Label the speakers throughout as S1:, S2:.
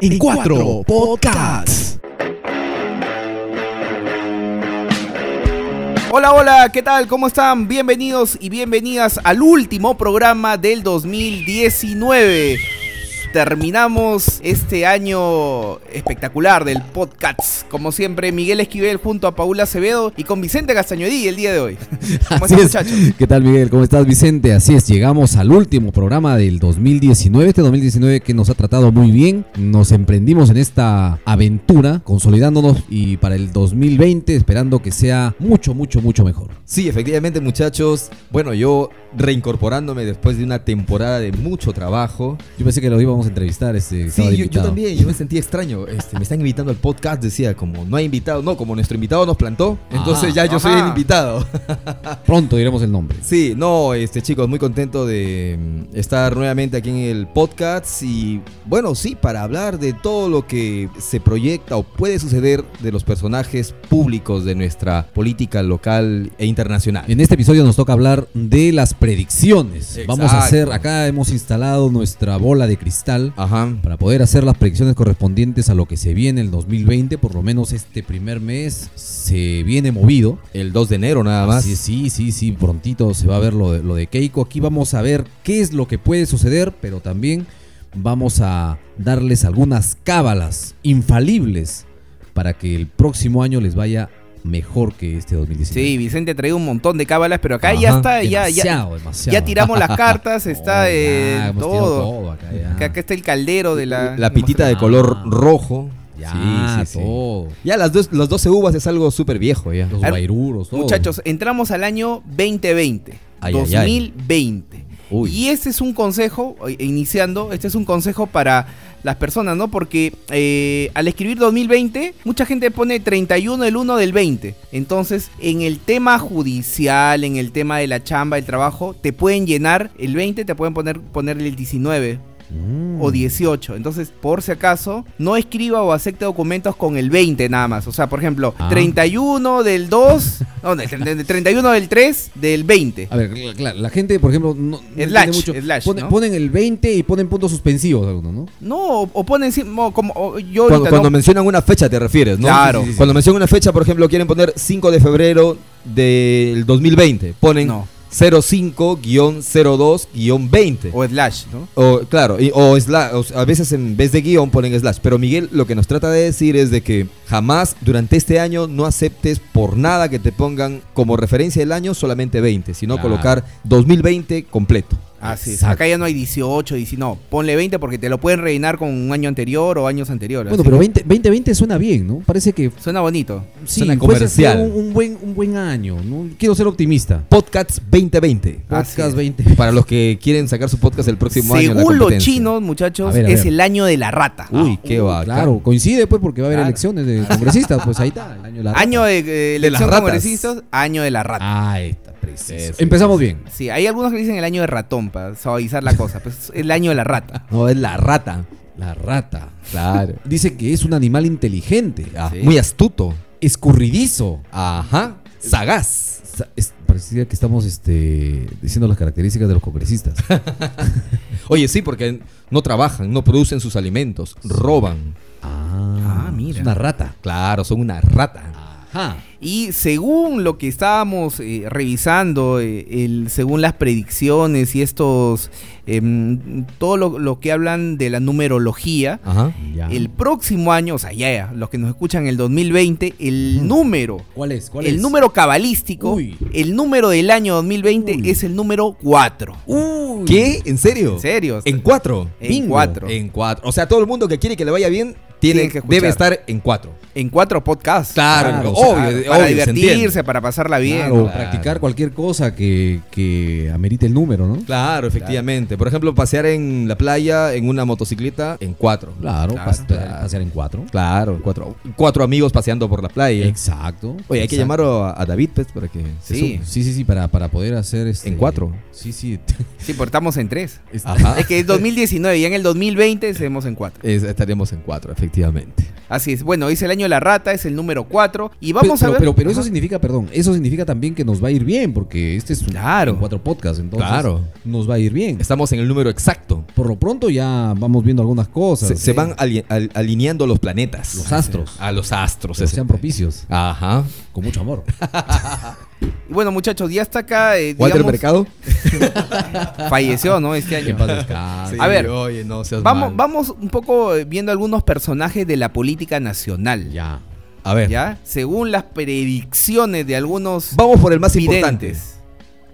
S1: 44 Podcasts.
S2: Hola, hola, ¿qué tal? ¿Cómo están? Bienvenidos y bienvenidas al último programa del 2019. Terminamos este año espectacular del podcast. Como siempre, Miguel Esquivel junto a Paula Acevedo y con Vicente Castañodí el día de hoy. ¿Cómo
S3: Así
S2: están,
S3: es.
S2: muchachos?
S3: ¿Qué tal, Miguel? ¿Cómo estás, Vicente? Así es, llegamos al último programa del 2019. Este 2019 que nos ha tratado muy bien. Nos emprendimos en esta aventura, consolidándonos y para el 2020 esperando que sea mucho, mucho, mucho mejor.
S4: Sí, efectivamente muchachos, bueno, yo reincorporándome después de una temporada de mucho trabajo.
S3: Yo pensé que lo íbamos a entrevistar este
S4: Sí,
S3: sábado
S4: yo- yo,
S3: invitado.
S4: también, yo me sentí extraño. Este, me están invitando al podcast, decía, como no hay invitado, no, como nuestro invitado nos plantó, entonces
S3: Ajá.
S4: ya yo soy el
S2: Ajá.
S4: invitado.
S3: Ah, Pronto diremos el nombre.
S4: Sí, no, este chicos, muy contento de mm, estar nuevamente aquí en el podcast y bueno, sí, para hablar de todo lo que se proyecta o puede suceder de los personajes públicos de nuestra política local e internacional.
S3: En este episodio nos toca hablar de las predicciones. Vamos a
S4: Exacto.
S3: hacer, acá hemos instalado nuestra bola de cristal.
S4: Ajá.
S3: para poder hacer las predicciones correspondientes a lo que se viene el 2020, por lo menos este primer mes se viene movido.
S4: El 2 de enero nada más.
S3: Así es, sí, sí, sí, prontito se va a ver lo de, lo de Keiko. Aquí vamos a ver qué es lo que puede suceder, pero también vamos a darles algunas cábalas infalibles para que el próximo año les vaya mejor que este 2019.
S2: Sí, Vicente traía un montón de cábalas, pero acá ya
S4: Ajá,
S2: está, ya, ya,
S3: Demasiado, demasiado.
S2: ya tiramos las cartas,
S3: Oh,
S2: está
S3: ya,
S2: eh,
S3: hemos tirado
S2: todo.
S3: todo acá, ya.
S2: Acá acá está el caldero de la...
S4: La pitita de
S3: Ah.
S4: color rojo.
S3: Ya,
S4: Sí, sí, sí.
S3: todo.
S4: Ya las, dos, las 12 uvas es algo súper viejo ya.
S3: Los
S2: A ver,
S3: guairuros, todo.
S2: Muchachos, entramos al año 2020.
S4: Ay, ay, ay.
S2: 2020.
S4: Uy.
S2: Y este es un consejo, eh, iniciando, este es un consejo para las personas, ¿no? Porque eh, al escribir 2020, mucha gente pone 31 el 1 del 20. Entonces, en el tema judicial, en el tema de la chamba, el trabajo, te pueden llenar el 20, te pueden poner, ponerle el 19
S3: Mm.
S2: o 18. Entonces, por si acaso, no escriba o acepte documentos con el 20 nada más. O sea, por ejemplo,
S3: Ah.
S2: 31 del 2, no, del- del- del 31 del 3 del 20.
S4: Ah.
S3: A ver, cl- cl- la, gente, por ejemplo, no, no
S2: Slash, slash,
S3: Pone-
S2: ¿no?
S3: Ponen el 20 y ponen puntos suspensivos algunos, ¿no?
S2: No, o, o ponen sí, mo- como o- yo
S4: Cuando,
S2: ahorita,
S4: cuando
S2: ¿no?
S4: mencionan una fecha te refieres, ¿no?
S2: Claro.
S4: Sí, sí, sí, sí. Cuando mencionan una fecha, por ejemplo, quieren poner 5 de febrero del 2020. Ponen
S2: No.
S4: 05-02-20.
S2: o slash, ¿no?
S4: O, claro, y- o, sla- o s- a veces en vez de guión ponen slash. Pero Miguel lo que nos trata de decir es de que jamás durante este año no aceptes por nada que te pongan como referencia del año solamente 20, sino
S3: Claro.
S4: colocar 2020 completo.
S2: Así es.
S3: Exacto.
S2: Acá ya no hay 18, 19. No, ponle 20 porque te lo pueden rellenar con un año anterior o años anteriores.
S3: Bueno,
S2: así
S3: pero
S2: que
S3: 20, 2020 suena bien, ¿no? Parece que
S2: Suena bonito.
S3: sí,
S4: Suena
S3: fuese a ser
S4: comercial.
S3: Un, un buen, un buen año, ¿no? Quiero ser optimista.
S4: Podcast 2020.
S2: Así
S3: Podcast
S2: es.
S3: 20.
S4: Para los que quieren sacar su podcast el próximo año. en la
S2: Según los
S4: competencia.
S2: chinos, muchachos,
S3: A ver, a
S2: es
S3: ver.
S2: el año de la rata.
S4: Uy, qué
S3: Uh,
S4: va.
S3: Claro, coincide pues porque va a haber
S4: Claro.
S3: elecciones de congresistas, pues ahí está. el Año de la rata. Ah,
S2: Año de, eh,
S4: De las
S2: elección
S4: ratas.
S2: congresistas, año de la rata.
S3: Ahí está, preciso.
S4: Eso,
S3: Empezamos bien.
S2: Sí, hay algunos que dicen el año de ratón para suavizar la cosa, pero es el año de la rata.
S4: No, es la rata.
S3: La rata.
S4: Claro.
S3: Dice que es un animal inteligente,
S4: Ah,
S2: Sí.
S4: Muy astuto.
S3: escurridizo.
S4: Ajá. Sagaz.
S3: Sa- es- parecía que estamos este, diciendo las características de los congresistas.
S4: Oye, sí, porque no trabajan, no producen sus alimentos, roban.
S3: Ah,
S2: Ah, mira.
S3: Es una rata.
S4: Claro, son una rata.
S3: Ajá.
S2: Y según lo que estábamos eh, revisando, eh, el, según las predicciones y estos, em, todo lo, lo que hablan de la numerología,
S4: Ajá.
S3: Ya.
S2: el próximo año, o sea, ya, ya, los que nos escuchan el 2020, el número,
S3: ¿Cuál es? ¿Cuál
S2: el
S3: es?
S2: número cabalístico,
S3: Uy.
S2: el número del año 2020
S3: Uy.
S2: es el número 4.
S4: ¿Qué? ¿En serio?
S2: ¿En serio?
S4: En cuatro.
S2: En
S4: Bingo.
S2: cuatro.
S4: En cuatro. O sea, todo el mundo que quiere que le vaya bien
S2: Tiene
S4: tiene,
S2: que escuchar.
S4: debe estar en cuatro.
S2: En cuatro podcasts.
S4: Claro,
S2: o sea,
S4: obvio,
S2: Para
S4: obvio, se
S2: divertirse,
S4: entiende.
S2: para pasarla bien.
S3: Claro,
S4: Claro.
S3: practicar cualquier cosa que, que amerite el número, ¿no?
S4: Claro, efectivamente. Por ejemplo, pasear en la playa en una motocicleta en cuatro.
S3: Claro,
S2: Claro.
S3: pas- pasear en cuatro.
S4: Claro, cuatro, cuatro amigos paseando por la playa.
S3: Exacto.
S4: Oye, hay que
S3: exacto.
S4: llamarlo a, a David pues, para que se
S2: Sí.
S4: sume.
S3: Sí, sí, sí, para, para poder hacer este...
S4: En cuatro.
S3: Sí, sí.
S2: Sí, porque estamos en tres.
S3: Este-
S4: Ajá.
S2: Es que es 2019 y en el 2020 hacemos en cuatro.
S4: Es- estaríamos en cuatro, Efectivamente.
S2: Así es. Bueno, es el año de la rata, es el número 4. Y vamos
S3: pero,
S2: a ver.
S3: Pero, pero eso
S2: Ajá.
S3: significa, perdón, eso significa también que nos va a ir bien, porque este es un
S2: Claro.
S3: en cuatro podcasts, entonces
S4: Claro.
S3: nos va a ir bien.
S4: Estamos en el número exacto.
S3: Por lo pronto ya vamos viendo algunas cosas. eh,
S4: Se, se van Ah, ali- al- alineando los planetas.
S3: Los astros.
S4: A los astros.
S3: Que
S4: ese.
S3: sean propicios,
S4: Ajá.
S3: con mucho amor.
S2: Y bueno, muchachos, ya hasta acá. eh,
S4: Walter
S2: digamos,
S4: Mercado.
S2: falleció, ¿no? Este
S3: Que en
S2: año.
S3: paz descanse.
S2: A ver,
S4: Oye, no seas
S2: Vamos,
S4: mal.
S2: vamos un poco eh, viendo algunos personajes de la política nacional. Ya.
S3: Ya.
S4: A ver.
S2: Según las predicciones de algunos
S4: Vamos por el más importante.
S2: videntes.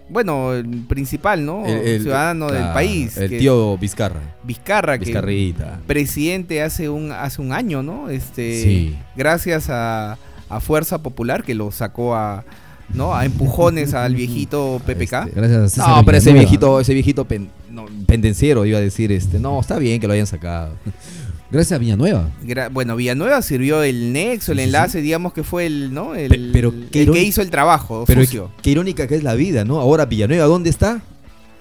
S2: Bueno, el principal, ¿no?
S4: El, el-
S2: ciudadano del
S4: claro,
S2: país.
S4: El
S2: que
S4: tío Vizcarra.
S2: Vizcarra, que
S4: Vizcarrita.
S2: presidente hace un, hace un año, ¿no? Este,
S3: Sí.
S2: Gracias a, a Fuerza Popular que lo sacó a, ¿no? a empujones al viejito PPK.
S4: este.
S3: Gracias a César
S4: No, pero ese
S3: Villanueva.
S4: viejito, ese viejito pen- no, pendenciero iba a decir este. No, está bien que lo hayan sacado.
S3: Gracias a Villanueva.
S2: Gra- bueno, Villanueva sirvió el nexo, el
S3: Sí, sí,
S2: enlace, digamos que fue el, ¿no? El,
S4: Pe- pero
S2: el
S4: qué irón-
S2: que hizo el trabajo
S4: Pero
S2: sucio.
S4: qué, qué irónica que es la vida, ¿no? Ahora Villanueva, ¿dónde está?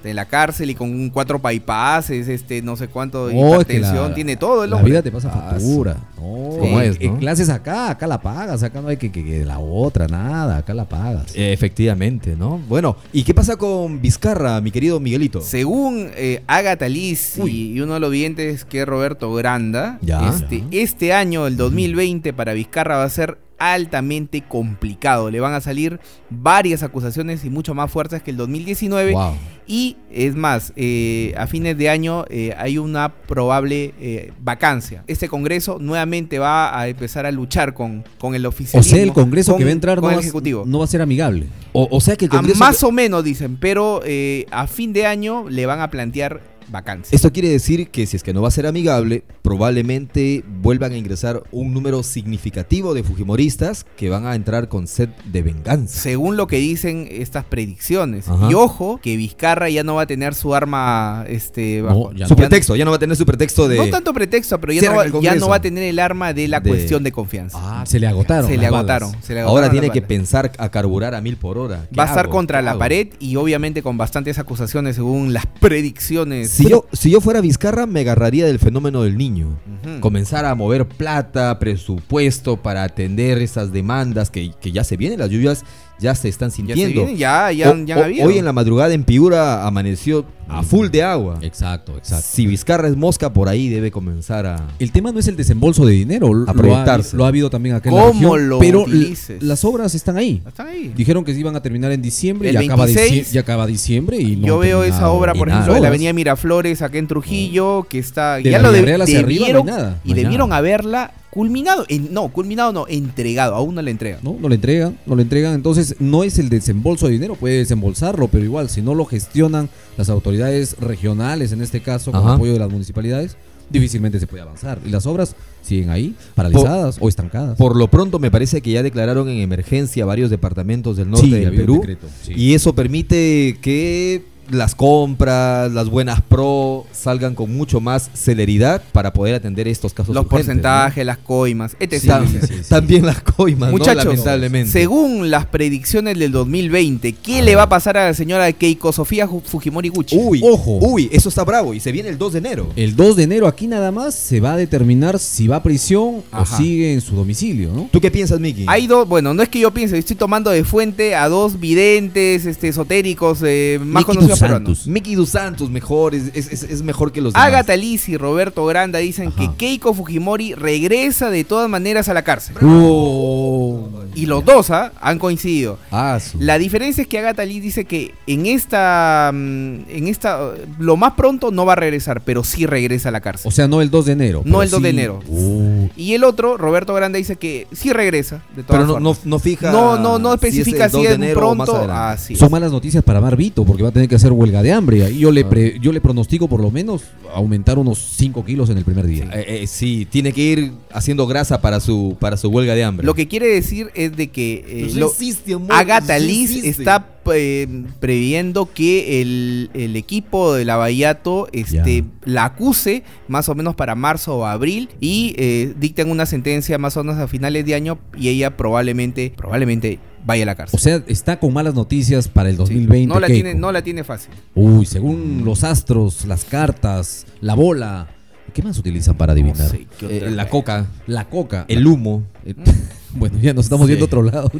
S2: de la cárcel y con un cuatro bypasses, este, no sé cuánto,
S3: Oh, es que
S2: hipertensión,
S3: la-
S2: tiene todo el
S3: La
S2: hombre.
S3: vida te pasa
S4: Ah,
S3: factura. No,
S4: ¿Cómo
S3: en-
S4: es, no?
S3: en clases acá, acá la pagas, acá no hay que, que- que la otra, nada, acá la pagas.
S4: Eh, Efectivamente, ¿no? Bueno, ¿y qué pasa con Vizcarra, mi querido Miguelito?
S2: Según eh, Agatha Liz y, y uno de los videntes que es Roberto Granda,
S4: Ya.
S2: este, este año, el 2020, para Vizcarra va a ser altamente complicado. Le van a salir varias acusaciones y mucho más fuertes que el 2019.
S3: Wow.
S2: Y es más, eh, a fines de año eh, hay una probable eh, vacancia. Este Congreso nuevamente va a empezar a luchar con, con el
S3: O
S2: oficialismo.
S3: sea, el Congreso
S2: con-
S3: que va a entrar
S2: con
S3: no
S2: el
S3: va,
S2: Ejecutivo.
S3: no va a ser amigable.
S4: O, o sea que el
S2: A
S4: Congreso-
S2: Ah, más o menos dicen, pero eh, a fin de año le van a plantear vacancia.
S4: Esto quiere decir que si es que no va a ser amigable, probablemente vuelvan a ingresar un número significativo de Fujimoristas que van a entrar con sed de venganza.
S2: Según lo que dicen estas predicciones.
S4: Ajá.
S2: Y ojo, que Vizcarra ya no va a tener su arma este, bajo-
S3: ya
S4: Su pretexto, ya no va a tener su pretexto de...
S2: No tanto pretexto, pero ya
S4: Cierran
S2: no, va-
S4: el
S2: ya
S4: Congreso.
S2: no va a tener el arma de la
S4: De-
S2: cuestión de confianza.
S3: Ah, se le agotaron.
S2: se, le
S3: las balas.
S2: agotaron, se le agotaron
S4: Ahora
S2: las
S4: tiene que
S2: balas.
S4: pensar a carburar a mil por hora. ¿Qué
S2: Va a estar
S4: hago?
S2: contra
S4: ¿Qué
S2: la
S4: hago?
S2: pared y obviamente con bastantes acusaciones según las predicciones.
S4: Si yo, si yo fuera Vizcarra, me agarraría del fenómeno del niño.
S2: Ujú.
S4: comenzar a mover plata, presupuesto para atender esas demandas que, que ya se vienen, las lluvias ya se están
S2: ya, se
S4: sintiendo.
S2: viene, ya, ya,
S4: O-
S2: ya han
S4: o-
S2: habido.
S4: hoy en la madrugada en Piura amaneció a full de agua.
S3: Exacto, Mm. exacto.
S4: Si Vizcarra es mosca, por ahí debe comenzar a...
S3: El tema no es el desembolso de dinero, lo ha,
S4: proyectarse.
S3: lo ha habido también acá en la
S2: ¿Cómo
S3: región,
S2: lo
S3: pero
S2: utilices?
S3: l- las obras están ahí.
S2: Está ahí.
S3: Dijeron que se iban a terminar en diciembre
S2: El
S3: y acaba,
S2: 26.
S3: dicie- y acaba diciembre y no
S2: Yo
S3: han
S2: veo esa
S3: terminado
S2: obra,
S3: ni
S2: por
S3: nada.
S2: ejemplo, de la
S3: Obras.
S2: Avenida Miraflores, acá en Trujillo, que está...
S3: De la
S2: lo de-
S3: Villarreal hacia arriba no hay nada,
S2: Y
S3: no hay
S2: debieron
S3: nada.
S2: haberla culminado. en- no, culminado no, entregado. Aún no la entregan.
S3: No, no le entregan, no le entregan. Entonces, no es el desembolso de dinero, puede desembolsarlo, pero igual, si no lo gestionan las autoridades regionales, en este caso, con
S4: Ajá.
S3: apoyo de las municipalidades, difícilmente se puede avanzar. Y las obras siguen ahí, paralizadas o estancadas.
S4: Por lo pronto me parece que ya declararon en emergencia varios departamentos del norte
S3: Sí,
S4: del
S3: había un
S4: Perú.
S3: decreto, sí.
S4: Y eso permite que las compras, las buenas pro salgan con mucho más celeridad para poder atender estos casos.
S2: Los
S4: urgentes, ¿no?
S2: porcentajes, las coimas, etc.
S4: Tam-
S3: sí, sí, sí.
S4: También las coimas, ¿no?
S2: Muchachos,
S4: lamentablemente.
S2: Según las predicciones del 2020, ¿qué le va a pasar a la señora Keiko Sofía Ju- Fujimori Gucci?
S4: Uy,
S3: Ojo.
S4: Uy, eso está bravo. Y se viene el 2 de enero.
S3: El 2 de enero aquí nada más se va a determinar si va a prisión
S4: Ajá.
S3: o sigue en su domicilio, ¿no?
S4: ¿Tú qué piensas, Miki?
S2: Hay dos, bueno, no es que yo piense, estoy tomando de fuente a dos videntes este, esotéricos eh, más
S3: Nicky
S2: conocidos
S3: dos
S2: peruanos.
S3: Santos.
S4: Miki dos Santos, mejor. Es, es- es- es mejor que los demás.
S2: Agatha Liz y Roberto Granda dicen
S3: Ajá.
S2: que Keiko Fujimori regresa de todas maneras a la cárcel.
S3: Oh.
S2: Y los dos ah, han coincidido.
S4: Ah, su-
S2: La diferencia es que Agatha Lee dice que en esta, mm, en esta, eh, lo más pronto no va a regresar, pero sí regresa a la cárcel.
S3: O sea, no el 2 de enero.
S2: No
S3: pero
S2: el 2 de
S3: sí-
S2: enero.
S3: Oh.
S2: y el otro, Roberto Grande, dice que sí regresa, de todas
S4: Pero no, no,
S2: formas.
S4: no fija.
S2: no, no, no
S4: si es el
S2: especifica
S4: 2
S2: si
S4: de
S2: es
S4: enero o más
S2: pronto. ah,
S4: adelante.
S2: Así es.
S3: Son malas noticias para Marvito porque va a tener que hacer huelga de hambre. Ahí yo le,
S2: Ah.
S3: pre- yo le pronostico por lo menos aumentar unos 5 kilos en el primer día.
S4: Eh, eh, sí, tiene que ir haciendo grasa para su, para su huelga de hambre.
S2: Lo que quiere decir es de que eh,
S4: Sí
S2: lo-
S4: existe, amor,
S2: Agatha
S4: sí
S2: Liz
S4: existe.
S2: está eh, previendo que el, el equipo del Abayato este,
S3: Ya.
S2: la acuse más o menos para marzo o abril y eh, dictan una sentencia más o menos a finales de año y ella probablemente, probablemente vaya a la
S3: O
S2: cárcel.
S3: sea, está con malas noticias para el
S2: Sí.
S3: 2020.
S2: no, la
S3: Keiko.
S2: tiene, no la tiene fácil.
S3: Uy, según los astros, las cartas, la bola, ¿Qué más utilizan para adivinar?
S2: sé, ¿qué
S4: Eh,
S2: otra
S4: la
S2: vez? Mm.
S4: coca,
S3: La coca.
S4: el humo. eh,
S3: El- bueno, ya nos estamos
S4: Sí.
S3: viendo a otro lado.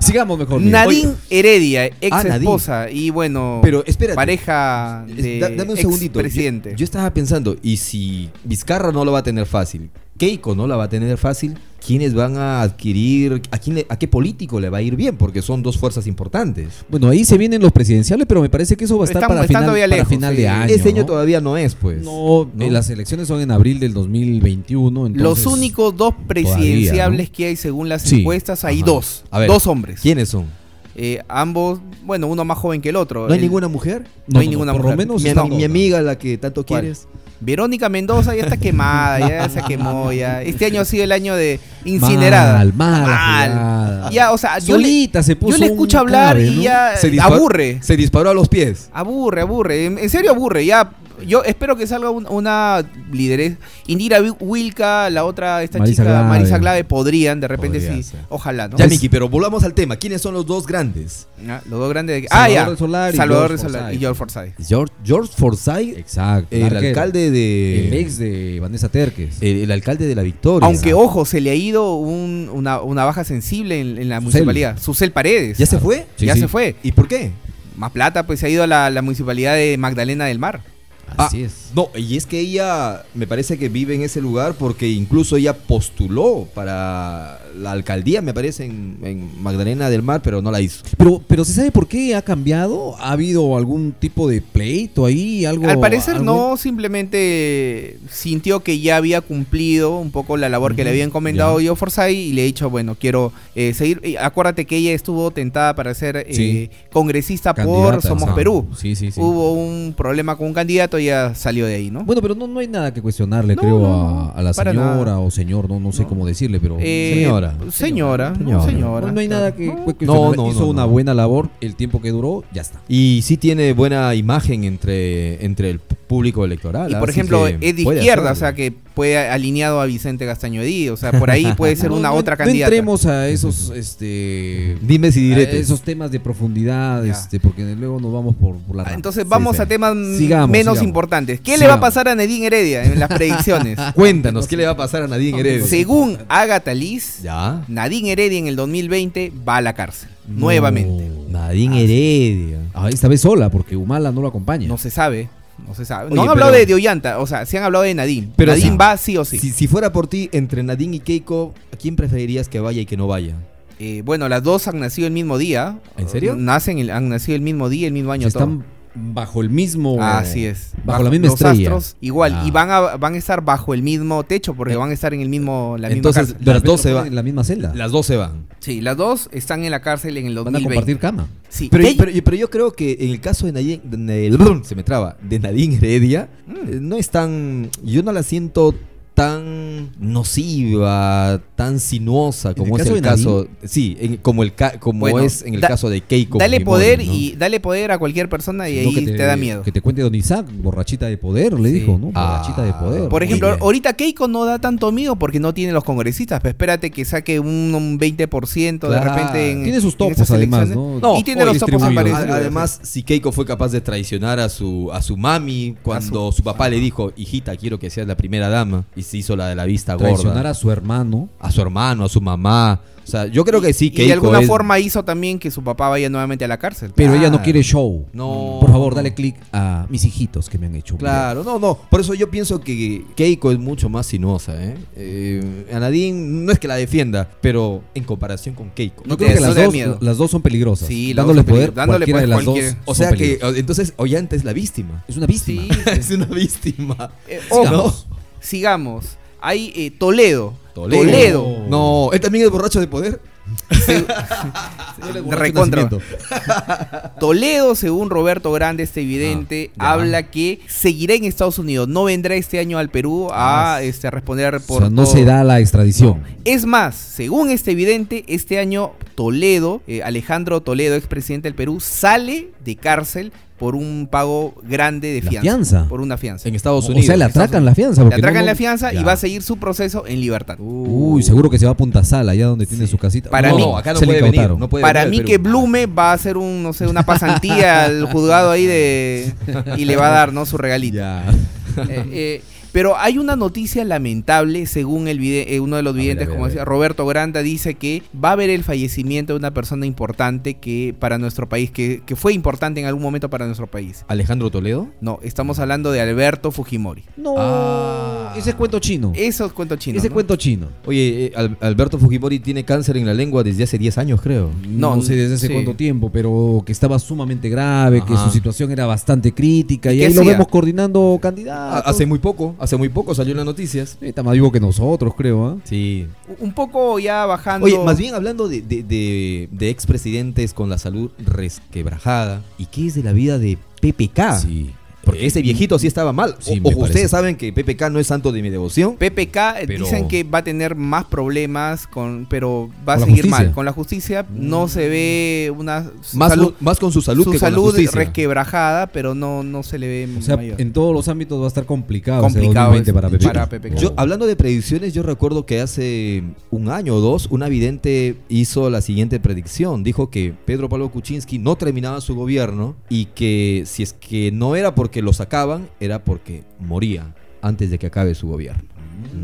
S3: Sigamos mejor. Miguel.
S2: Nadine Heredia, ex
S4: Ah, Nadine.
S2: esposa y bueno,
S4: Pero espérate.
S2: pareja de
S4: Es- da- dame un segundito. Yo-
S2: presidente.
S4: Yo, estaba pensando, y si Vizcarra no lo va a tener fácil, Keiko no la va a tener fácil, ¿quiénes van a adquirir, a, quién le- a qué político le va a ir bien? Porque son dos fuerzas importantes.
S3: Bueno, ahí se vienen los presidenciales, pero me parece que eso va a estar
S2: Estamos-
S3: para
S2: están
S3: final,
S2: todavía
S3: para
S2: lejos,
S3: final
S2: sí.
S3: de año.
S4: Este año
S3: ¿no?
S4: todavía no es, pues.
S3: No, eh,
S4: ¿no?
S3: las elecciones son en abril del 2021. entonces-
S2: Los únicos dos presidenciables que hay según las
S3: Sí,
S2: encuestas, hay
S3: ajá.
S2: dos,
S4: A ver,
S2: dos hombres.
S4: ¿Quiénes son?
S2: Eh, ambos, bueno, uno más joven que el otro.
S4: ¿No hay
S2: El-
S4: ninguna mujer?
S2: no hay ninguna
S3: Por lo
S2: mujer.
S3: menos
S4: Mi,
S3: están
S4: ami- mi
S3: todas.
S4: amiga, la que tanto
S2: ¿Cuál?
S4: quieres.
S2: Verónica Mendoza ya está quemada, ya se quemó, ya. Este año ha sido el año de incinerada.
S3: Mal, mala
S2: Mal.
S3: jugada.
S2: Ya, o sea, yo le,
S3: Solita se puso
S2: yo le
S3: un
S2: escucho hablar
S3: cabe,
S2: y
S3: ¿no?
S2: ya
S4: Se dispara-
S2: aburre.
S4: Se disparó a los pies.
S2: Aburre, aburre. En en serio aburre, ya. Yo espero que salga un- una lideresa. Indira Wi- Wilca, la otra, esta
S3: Marisa
S2: chica,
S3: Glave.
S2: Marisa Glave, podrían, de repente
S4: Podría
S2: sí.
S4: ser.
S2: Ojalá, ¿no?
S4: Ya,
S2: Es-
S4: Miki, pero volvamos al tema. ¿Quiénes son los dos grandes?
S2: Ah, los dos grandes. de- Ah,
S3: Salvador
S2: ya.
S3: de Solar y
S2: Salvador
S3: George
S2: de Solar y
S3: Forsyth.
S2: George Forsyth.
S4: George, George Forsyth,
S3: Exacto.
S4: el
S3: arquero.
S4: alcalde de.
S3: El ex de Vanessa Terques.
S2: Eh,
S4: el- el alcalde de la Victoria.
S2: Aunque, ojo, se le ha ido un- una, una baja sensible en, en la
S3: Susel.
S2: municipalidad. Susel Paredes.
S4: ¿Ya se fue?
S3: Sí,
S2: ya
S3: sí.
S2: se fue.
S4: ¿Y por qué?
S2: Más plata, pues se ha ido a la, la municipalidad de Magdalena del Mar.
S3: Así es.
S4: Ah, No, y es que ella me parece que vive en ese lugar porque incluso ella postuló para la alcaldía, me parece, en, en Magdalena del Mar, pero no la hizo.
S3: Pero, pero ¿se sabe por qué ha cambiado? ¿Ha habido algún tipo de pleito ahí? Algo,
S2: Al parecer
S3: algo-
S2: no, simplemente sintió que ya había cumplido un poco la labor que le había encomendado yo Forsyth y le he dicho, bueno, quiero eh, seguir. Y acuérdate que ella estuvo tentada para ser eh,
S3: Sí.
S2: congresista por
S3: Candidata,
S2: Somos
S3: ajá.
S2: Perú.
S3: ah. Sí, sí, sí.
S2: Hubo un problema con un candidato y ya salió de ahí, ¿no?
S3: Bueno, pero no, no hay nada que cuestionarle,
S2: No,
S3: creo,
S2: no,
S3: a,
S2: no,
S3: a la
S2: para
S3: señora
S2: nada.
S3: o señor, no, no sé
S2: No.
S3: cómo decirle, pero...
S2: Eh,
S4: señora.
S2: Señora, no, señora.
S4: Señora.
S3: No, no hay nada que
S2: No.
S3: cuestionarle.
S4: No, no,
S3: Hizo
S4: no,
S3: una
S4: no.
S3: buena labor, el tiempo que duró, ya está.
S4: Y sí tiene buena imagen entre, entre el público electoral.
S2: Y por
S4: así
S2: ejemplo,
S4: que
S2: es de
S4: puede
S2: izquierda, o
S4: hacerlo.
S2: sea que puede alineado a Vicente Castaño Edí, o sea, por ahí puede ser
S3: No,
S2: una
S3: no-
S2: otra
S3: no
S2: candidata.
S3: entremos a esos, este...
S4: Dime si
S3: a
S2: Ah,
S4: diretes.
S3: esos temas de profundidad,
S2: Ya.
S3: este, porque luego nos vamos por, por la
S2: Ah,
S3: rama.
S2: Entonces
S4: Sí,
S2: vamos
S4: sí.
S2: a temas
S3: Sigamos,
S2: menos
S3: sigamos.
S2: importantes. ¿Qué le va
S3: Sigamos.
S2: a pasar a Nadine Heredia en las predicciones?
S4: Cuéntanos, ¿qué le va a pasar a Nadine Heredia?
S2: Según Agatha Liz,
S4: Ya.
S2: Nadine Heredia en el 2020 va a la cárcel. Nuevamente.
S4: Nadine Heredia.
S3: Ah, esta vez sola, porque Humala no lo acompaña.
S2: No se sabe. No se sabe.
S4: Oye,
S2: no han hablado
S4: pero-
S2: de Diollanta. O sea, se han hablado de Nadine.
S4: Pero
S2: Nadine
S4: sí.
S2: va sí o sí.
S4: Si, si fuera por ti, entre Nadine y Keiko, ¿a quién preferirías que vaya y que no vaya?
S2: Eh, bueno, las dos han nacido el mismo día.
S4: ¿En serio?
S2: Nacen el- han nacido el mismo día, el mismo año.
S3: Se están bajo el mismo...
S2: todo. Así es.
S3: Pues, Bajo, la misma
S2: los
S3: estrella.
S2: astros, igual.
S3: Ah.
S2: Y van a, van a estar bajo el mismo techo porque
S4: Eh,
S2: van a estar en el mismo, la
S4: entonces,
S2: misma cárcel.
S3: Tal
S4: Las
S3: vez
S4: dos
S3: lo
S4: se
S3: ponen
S4: van.
S3: en la misma celda.
S4: Las dos se van.
S2: Sí, las dos están en la cárcel en el
S3: Van a
S2: 2020.
S3: compartir cama.
S2: Sí.
S4: Pero,
S2: Te-
S4: pero- pero yo creo que en el caso de Nadine, de Nadine- se me traba, de Nadine Heredia,
S2: Mm.
S4: eh, no es tan, yo no la siento tan nociva, tan sinuosa como
S3: el
S4: es
S3: caso
S4: el
S3: de
S4: caso, sí, en- como el ca- como
S2: Bueno,
S4: es en el
S2: da-
S4: caso de Keiko.
S2: dale
S4: Fujimori,
S2: poder
S4: ¿no?
S2: y dale poder a cualquier persona y
S3: No,
S2: ahí te, da miedo.
S3: Que te cuente Don Isaac, borrachita de poder, le
S2: Sí.
S3: dijo, ¿no?
S4: Ah,
S3: Borrachita de poder.
S2: Por
S4: Muy
S2: ejemplo,
S4: bien.
S2: ahorita Keiko no da tanto miedo porque no tiene los congresistas, pero espérate que saque un, un 20% de
S4: Claro.
S2: repente en
S3: Tiene sus
S2: en
S3: topos,
S2: esas
S3: además,
S2: elecciones.
S3: ¿no?
S2: y tiene
S3: Hoy
S2: los topos
S3: distribuidos.
S2: aparecidos.
S4: A- Además, si Keiko fue capaz de traicionar a su a su mami cuando su, papá le dijo, hijita, quiero que seas la primera dama, y se hizo la de la vista
S3: traicionar
S4: gorda,
S3: a su hermano.
S4: a su hermano, a su mamá, o sea, yo creo que sí,
S2: y
S4: Keiko
S2: de alguna
S4: es-
S2: forma hizo también que su papá vaya nuevamente a la cárcel. Ah,
S3: Pero ella
S4: Claro.
S3: no quiere show.
S4: No.
S3: Por favor, dale clic a mis hijitos que me han hecho. un
S4: Claro, no, no. Por eso yo pienso que Keiko es mucho más sinuosa, ¿eh? Eh, a Nadine no es que la defienda, pero en comparación con Keiko.
S3: video. No creo que
S2: Eso
S3: las
S2: da
S3: dos,
S2: miedo.
S3: las dos son peligrosas.
S2: Sí, las dos
S3: dándole
S2: son
S3: poder,
S2: peligro- dándole
S3: cualquiera de
S2: poder
S3: las dos.
S2: cualquier-
S3: son
S4: o sea que
S3: peligrosas.
S4: o- entonces Ollanta es la víctima.
S3: es una víctima.
S2: Sí.
S4: es una víctima.
S2: Eh, ojo,
S4: Sigamos.
S2: sigamos. Hay eh, Toledo.
S4: Toledo.
S3: Oh,
S2: Toledo.
S4: No, él también es borracho de poder.
S2: Recontra. Toledo, según Roberto Grande, este vidente,
S4: Ah, ya.
S2: habla que seguirá en Estados Unidos. No vendrá este año al Perú a este, a responder
S3: Ah, O
S2: por.
S3: sea, no
S2: todo.
S3: se da la extradición.
S2: Es más, según este vidente, este año Toledo, eh, Alejandro Toledo, expresidente del Perú, sale de cárcel por un pago grande de
S3: La
S2: fianza.
S3: fianza.
S2: Por una fianza.
S4: En Estados
S3: O
S4: Unidos.
S3: sea, le
S2: Estados
S3: atracan la fianza.
S2: Le
S3: porque
S2: atracan
S3: no-
S2: la fianza y
S3: Ya.
S2: va a seguir su proceso en libertad.
S3: Uy, seguro que se va a Punta Sala, allá donde tiene su casita.
S2: Para
S4: no,
S2: mí-
S4: acá no
S3: se le
S4: puede venir.
S3: incautaron.
S4: no puede
S2: Para mí
S4: venir al
S2: que
S4: Perú.
S2: Blume va a hacer un, no sé, una pasantía al juzgado ahí de y le va a dar, ¿no? Su regalito.
S4: Ya.
S2: Eh, eh, Pero hay una noticia lamentable, según el vide- eh, uno de los
S3: ver, a
S2: videntes,
S3: ver,
S2: como
S3: a
S2: decía
S3: ver.
S2: Roberto Granda, dice que va a haber el fallecimiento de una persona importante que para nuestro país, que, que fue importante en algún momento para nuestro país.
S4: Alejandro Toledo.
S2: No, estamos hablando de Alberto Fujimori.
S3: No.
S4: Ah.
S3: Ese es cuento chino.
S2: Eso es cuento chino.
S3: ese
S2: ¿no?
S3: cuento chino.
S4: Oye, eh, Al- Alberto Fujimori tiene cáncer en la lengua desde hace 10 años, creo.
S3: No,
S2: No,
S3: sé desde hace
S2: sí.
S3: cuánto tiempo, pero que estaba sumamente grave, que
S4: Ajá.
S3: su situación era bastante crítica.
S2: ¿Y
S3: Y
S2: qué
S3: ahí lo
S2: hacía?
S3: vemos coordinando
S4: Ah,
S3: candidatos.
S4: hace muy poco, hace muy poco salió en las noticias.
S3: Sí, Está más vivo que nosotros, creo. ¿ah?
S4: Sí.
S2: Un poco ya bajando.
S4: Oye, más bien hablando de, de, de- de expresidentes con la salud resquebrajada, ¿y qué es de la vida de
S2: Ah,
S4: PPK?
S3: Sí.
S4: Porque ese viejito sí estaba mal.
S3: Sí,
S4: O-
S3: me
S4: ojo,
S3: parece.
S4: ustedes saben que PPK no es santo de mi devoción.
S2: PPK
S4: Pero-
S2: eh, dicen que va a tener más problemas, con, pero va a
S3: Con la
S2: seguir
S3: justicia.
S2: mal. Con la justicia no se ve una
S4: Más,
S2: salud,
S4: con- más con su salud
S2: su
S4: que
S2: salud
S4: con la justicia.
S2: resquebrajada, pero no, no se le ve
S3: O sea,
S2: mayor.
S3: en todos los ámbitos va a estar complicado. ese
S2: Complicado
S3: 2020
S2: es-
S3: para PPK.
S2: para PPK.
S4: Yo, hablando de predicciones, yo recuerdo que hace un año o dos, una vidente hizo la siguiente predicción. Dijo que Pedro Pablo Kuczynski no terminaba su gobierno y que si es que no era porque lo sacaban, era porque moría antes de que acabe su gobierno,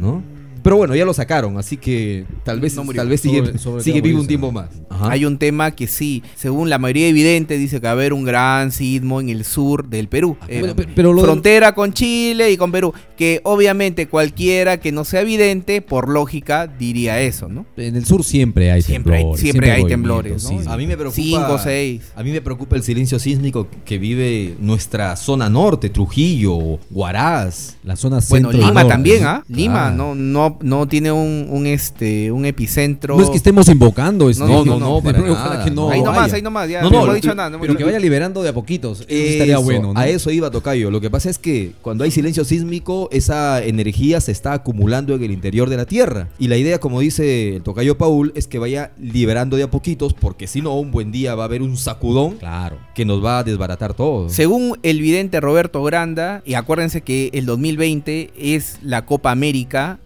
S4: ¿no? Pero bueno, ya lo sacaron, así que tal vez,
S2: Mm. No murió.
S4: tal vez sigue,
S3: Sobre- sobre
S4: sigue
S3: queda
S4: vivo un
S3: morirse,
S4: tiempo
S3: ¿no?
S4: más.
S2: Hay un tema que sí, según la mayoría de videntes, dice que va a haber un gran sismo en el sur del Perú. Eh,
S3: Ah, bueno, pe- pero lo del-
S2: frontera con Chile y con Perú. Que obviamente cualquiera que no sea vidente, por lógica, diría eso, ¿no?
S3: En el sur siempre hay
S2: Siempre hay-
S3: temblores.
S2: siempre hay
S3: movimientos,
S2: temblores, ¿no?
S3: sí, sí.
S4: A mí me preocupa.
S2: Cinco, seis.
S4: A mí me preocupa el silencio sísmico que vive nuestra zona norte, Trujillo, Huaraz.
S3: La zona
S2: Bueno,
S3: centro y
S2: Lima
S3: norte,
S2: también,
S3: ¿no?
S2: ¿ah? Lima
S4: Claro.
S2: no, no, no tiene un, un, este, un epicentro.
S3: No es que estemos invocando. este,
S2: No, no, no,
S4: para
S3: pero
S4: nada,
S3: ojalá que no
S4: no.
S2: ahí nomás,
S3: haya.
S2: ahí nomás, ya
S4: No,
S2: no,
S4: no,
S2: hemos
S4: lo-
S2: dicho nada. no hemos
S3: Pero que
S2: dicho-
S3: vaya liberando de a poquitos. Eso
S4: Eso,
S3: estaría bueno. ¿no?
S4: A eso iba Tocayo. Lo que pasa es que cuando hay silencio sísmico, esa energía se está acumulando en el interior de la Tierra. Y la idea, como dice el Tocayo Paul, es que vaya liberando de a poquitos, porque si no, un buen día va a haber un sacudón
S3: Claro.
S4: que nos va a desbaratar todo.
S2: Según el vidente Roberto Granda, y acuérdense que el 2020 es la Copa América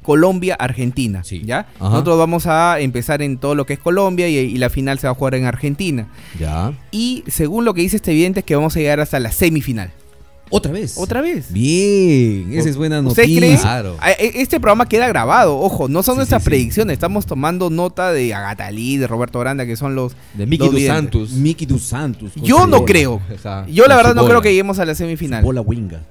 S2: Colombia-Argentina,
S3: Sí.
S2: ¿ya?
S4: Ajá.
S2: Nosotros vamos a empezar en todo lo que es Colombia y, y la final se va a jugar en Argentina.
S4: Ya.
S2: Y según lo que dice este vidente es que vamos a llegar hasta la semifinal.
S3: Otra vez.
S2: ¿Otra vez?
S3: Bien. Esa es buena
S2: ¿Ustedes
S3: noticia.
S2: creen?
S4: Claro.
S2: A- e- Este programa queda grabado, ojo, no son
S4: Sí,
S2: nuestras
S4: sí, sí.
S2: predicciones, estamos tomando nota de Agatalí, de Roberto Granda, que son los...
S4: De Miki
S2: Dos
S4: dos
S2: videntes.
S4: Santos.
S3: Miki dos Santos. con
S2: Yo
S3: su
S2: no
S3: bola.
S2: creo.
S4: Ajá.
S2: Yo la verdad no
S4: Chibola.
S2: creo que lleguemos a la
S3: Su
S2: semifinal.
S3: Bola winga.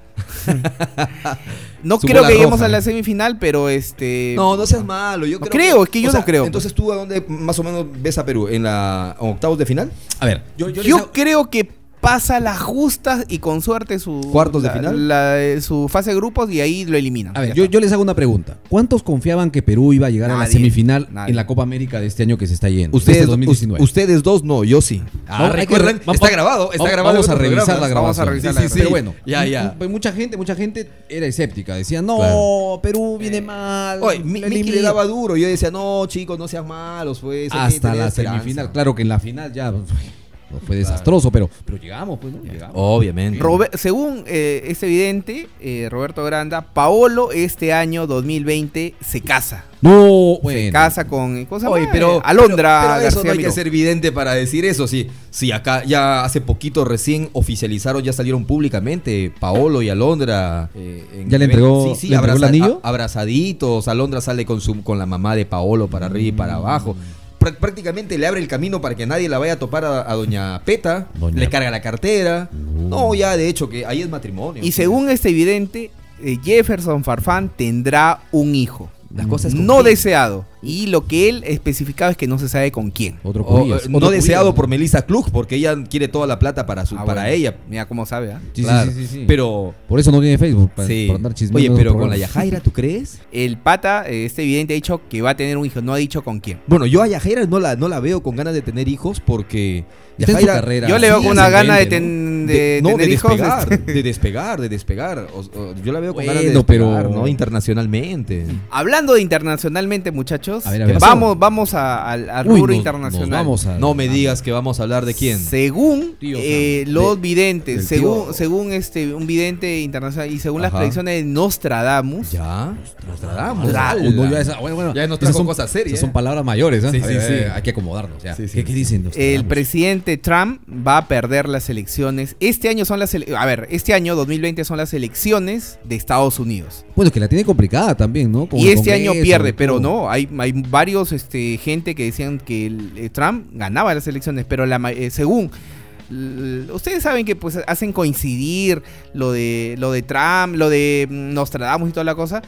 S2: No
S4: Su
S2: creo
S4: bola
S2: que lleguemos
S4: roja.
S2: a la semifinal, pero este...
S4: No, no seas malo. Yo
S2: No
S4: creo,
S2: creo, es que yo no creo.
S4: Entonces, ¿tú a dónde más o menos ves a Perú? ¿En la en octavos de final?
S3: A ver. Yo,
S2: Yo,
S3: yo les hago-
S2: creo que pasa las justas y con suerte su
S4: ¿Cuartos de
S2: la-
S4: final?
S2: la- eh, su fase de grupos y ahí lo
S4: Ah,
S2: eliminan.
S3: a ver, yo, yo les hago una pregunta. ¿Cuántos confiaban que Perú iba a llegar a la
S2: Nadie,
S3: semifinal
S2: nadie.
S3: en la Copa América de este año que se está yendo? de
S4: Ustedes,
S3: este 2019.
S4: us- ustedes dos no, yo sí.
S3: Ah,
S4: Vamos-
S3: recuerden,
S4: hay que-
S3: vamos-
S4: está grabado, está
S3: vamos-
S4: grabado.
S3: Vamos
S4: en
S3: a
S4: otro
S3: revisar
S4: programa.
S3: la grabación.
S2: Vamos a revisar
S3: Sí, sí,
S2: la
S3: sí,
S2: grabación.
S3: Pero bueno,
S4: Ya, ya.
S3: m- Mucha gente, mucha gente era escéptica. Decía, no,
S4: Claro. Eh,
S3: Perú viene mal.
S4: Oye, mi-
S3: me
S4: Miki le
S3: eliminan".
S4: daba duro. Yo decía, no, chicos, no sean malos, pues. hay que
S3: hasta
S4: tener
S3: la
S4: esperanza".
S3: semifinal. Claro que en la final ya no fue desastroso, pero, pero llegamos, pues, ¿no? Llegamos.
S4: Obviamente.
S2: Robe- según eh, este vidente, eh, Roberto Granda, Paolo este año 2020 se casa.
S3: No,
S2: Se
S3: bueno.
S2: casa con cosa
S4: Oye, pero,
S2: Alondra
S4: pero- pero eso
S2: García
S4: no hay
S2: Miró.
S4: que ser vidente para decir eso. Sí, sí, acá ya hace poquito recién oficializaron, ya salieron públicamente Paolo y Alondra. eh, en-
S3: ¿Ya le entregó-
S4: sí, sí,
S3: le entregó el
S4: abraza-
S3: anillo?
S4: a- abrazaditos. Alondra sale con, su, con la mamá de Paolo para arriba y
S3: Mm.
S4: para abajo. Prá- Prácticamente le abre el camino para que nadie la vaya a topar a, a Doña Peta.
S3: Doña-
S4: Le carga la cartera.
S3: No.
S4: No. ya de hecho que ahí es matrimonio.
S2: Y según este vidente, eh, Jefferson Farfán tendrá un hijo.
S4: Las cosas con
S2: no
S4: quién.
S2: deseado. Y lo que él especificaba es que no se sabe con quién.
S3: Otro
S4: O,
S3: Cubillas,
S4: eh,
S3: otro
S4: no deseado
S3: Cubillas.
S4: por Melissa Klug porque ella quiere toda la plata para su
S2: Ah,
S4: para
S2: bueno.
S4: ella.
S2: Mira cómo sabe, ¿ah?
S3: Sí, sí,
S4: Claro.
S3: sí, sí, sí.
S4: Pero
S3: Por eso no tiene Facebook, pa-
S4: Sí.
S3: por andar chismeando
S4: Oye,
S3: en
S4: pero
S3: otros
S4: con la
S3: programas.
S4: Yajaira, ¿tú crees?
S2: El pata, eh, este vidente, ha dicho que va a tener un hijo. No ha dicho con quién.
S4: Bueno, yo a Yajaira no la, no la veo con ganas de tener hijos porque
S3: Está en su
S4: Yajaira-
S3: carrera.
S2: Yo le veo
S3: Sí,
S2: con una gana de,
S3: ascendente,
S2: ten- de
S4: de- no,
S2: tener
S4: de
S2: hijos.
S4: despegar,
S2: este.
S4: de despegar, de despegar. O- o- yo la veo con
S3: Bueno,
S4: ganas de despegar,
S3: pero-
S4: ¿no? Internacionalmente.
S2: Hablando de internacionalmente, muchachos,
S3: A ver, a ver.
S2: vamos, vamos a- al, al
S3: Uy,
S2: rubro
S3: nos-
S2: internacional.
S3: nos vamos a-
S4: No me digas que vamos a hablar de quién.
S2: Según
S3: Tío
S2: eh,
S3: Sam.
S2: los
S3: De-
S2: videntes,
S3: del
S2: según,
S3: tío-
S2: según este un vidente internacional y según las
S4: Ajá.
S2: predicciones de Nostradamus,
S4: Ya, nos tratamos.
S3: Ah, uno ya esa- bueno, bueno,
S4: Ya nos
S3: esas
S4: trajo
S3: son-
S4: cosas serias,
S3: esas
S4: ¿eh?
S3: Son palabras mayores, ¿ah?
S4: Sí,
S3: A ver,
S4: sí,
S3: a ver,
S4: sí.
S3: Hay que acomodarnos, ya.
S4: Sí, sí.
S3: ¿Qué, qué dicen? Nos
S2: el
S3: tardamos.
S2: presidente Trump va a perder las elecciones Entonces, este año son las ele- a ver, este año 2020 son las elecciones de Estados Unidos.
S3: Bueno, que la tiene complicada también, ¿no? Con
S2: y
S3: el
S2: este año
S3: Congreso,
S2: pierde,
S3: con
S2: pero
S3: todo.
S2: no, hay, hay varios este, gente que decían que el- eh, Trump ganaba las elecciones, pero la, ma- eh, según l- ustedes saben que pues hacen coincidir lo de lo de Trump, lo de mm, Nostradamus y toda la cosa,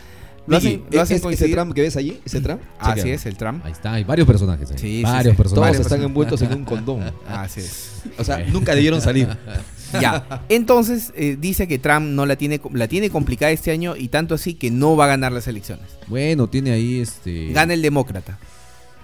S2: lo
S4: Vicky,
S3: e,
S2: hacen, lo hacen
S4: ¿es- ¿Ese
S2: coincidir. Ah,
S4: tram que ves allí? ¿Ese tram?
S2: Así
S4: Chequea.
S2: es, el Trump.
S3: Ahí está, hay varios personajes. ahí.
S2: Sí, sí,
S3: varios
S2: sí.
S4: Todos
S3: personajes.
S4: están envueltos en un condón.
S2: Ah, Así es.
S4: O sea, nunca debieron salir.
S2: Ya. Entonces eh, dice que Trump no la tiene la tiene complicada este año y tanto así que no va a ganar las elecciones.
S3: Bueno, tiene ahí este.
S2: Gana el demócrata.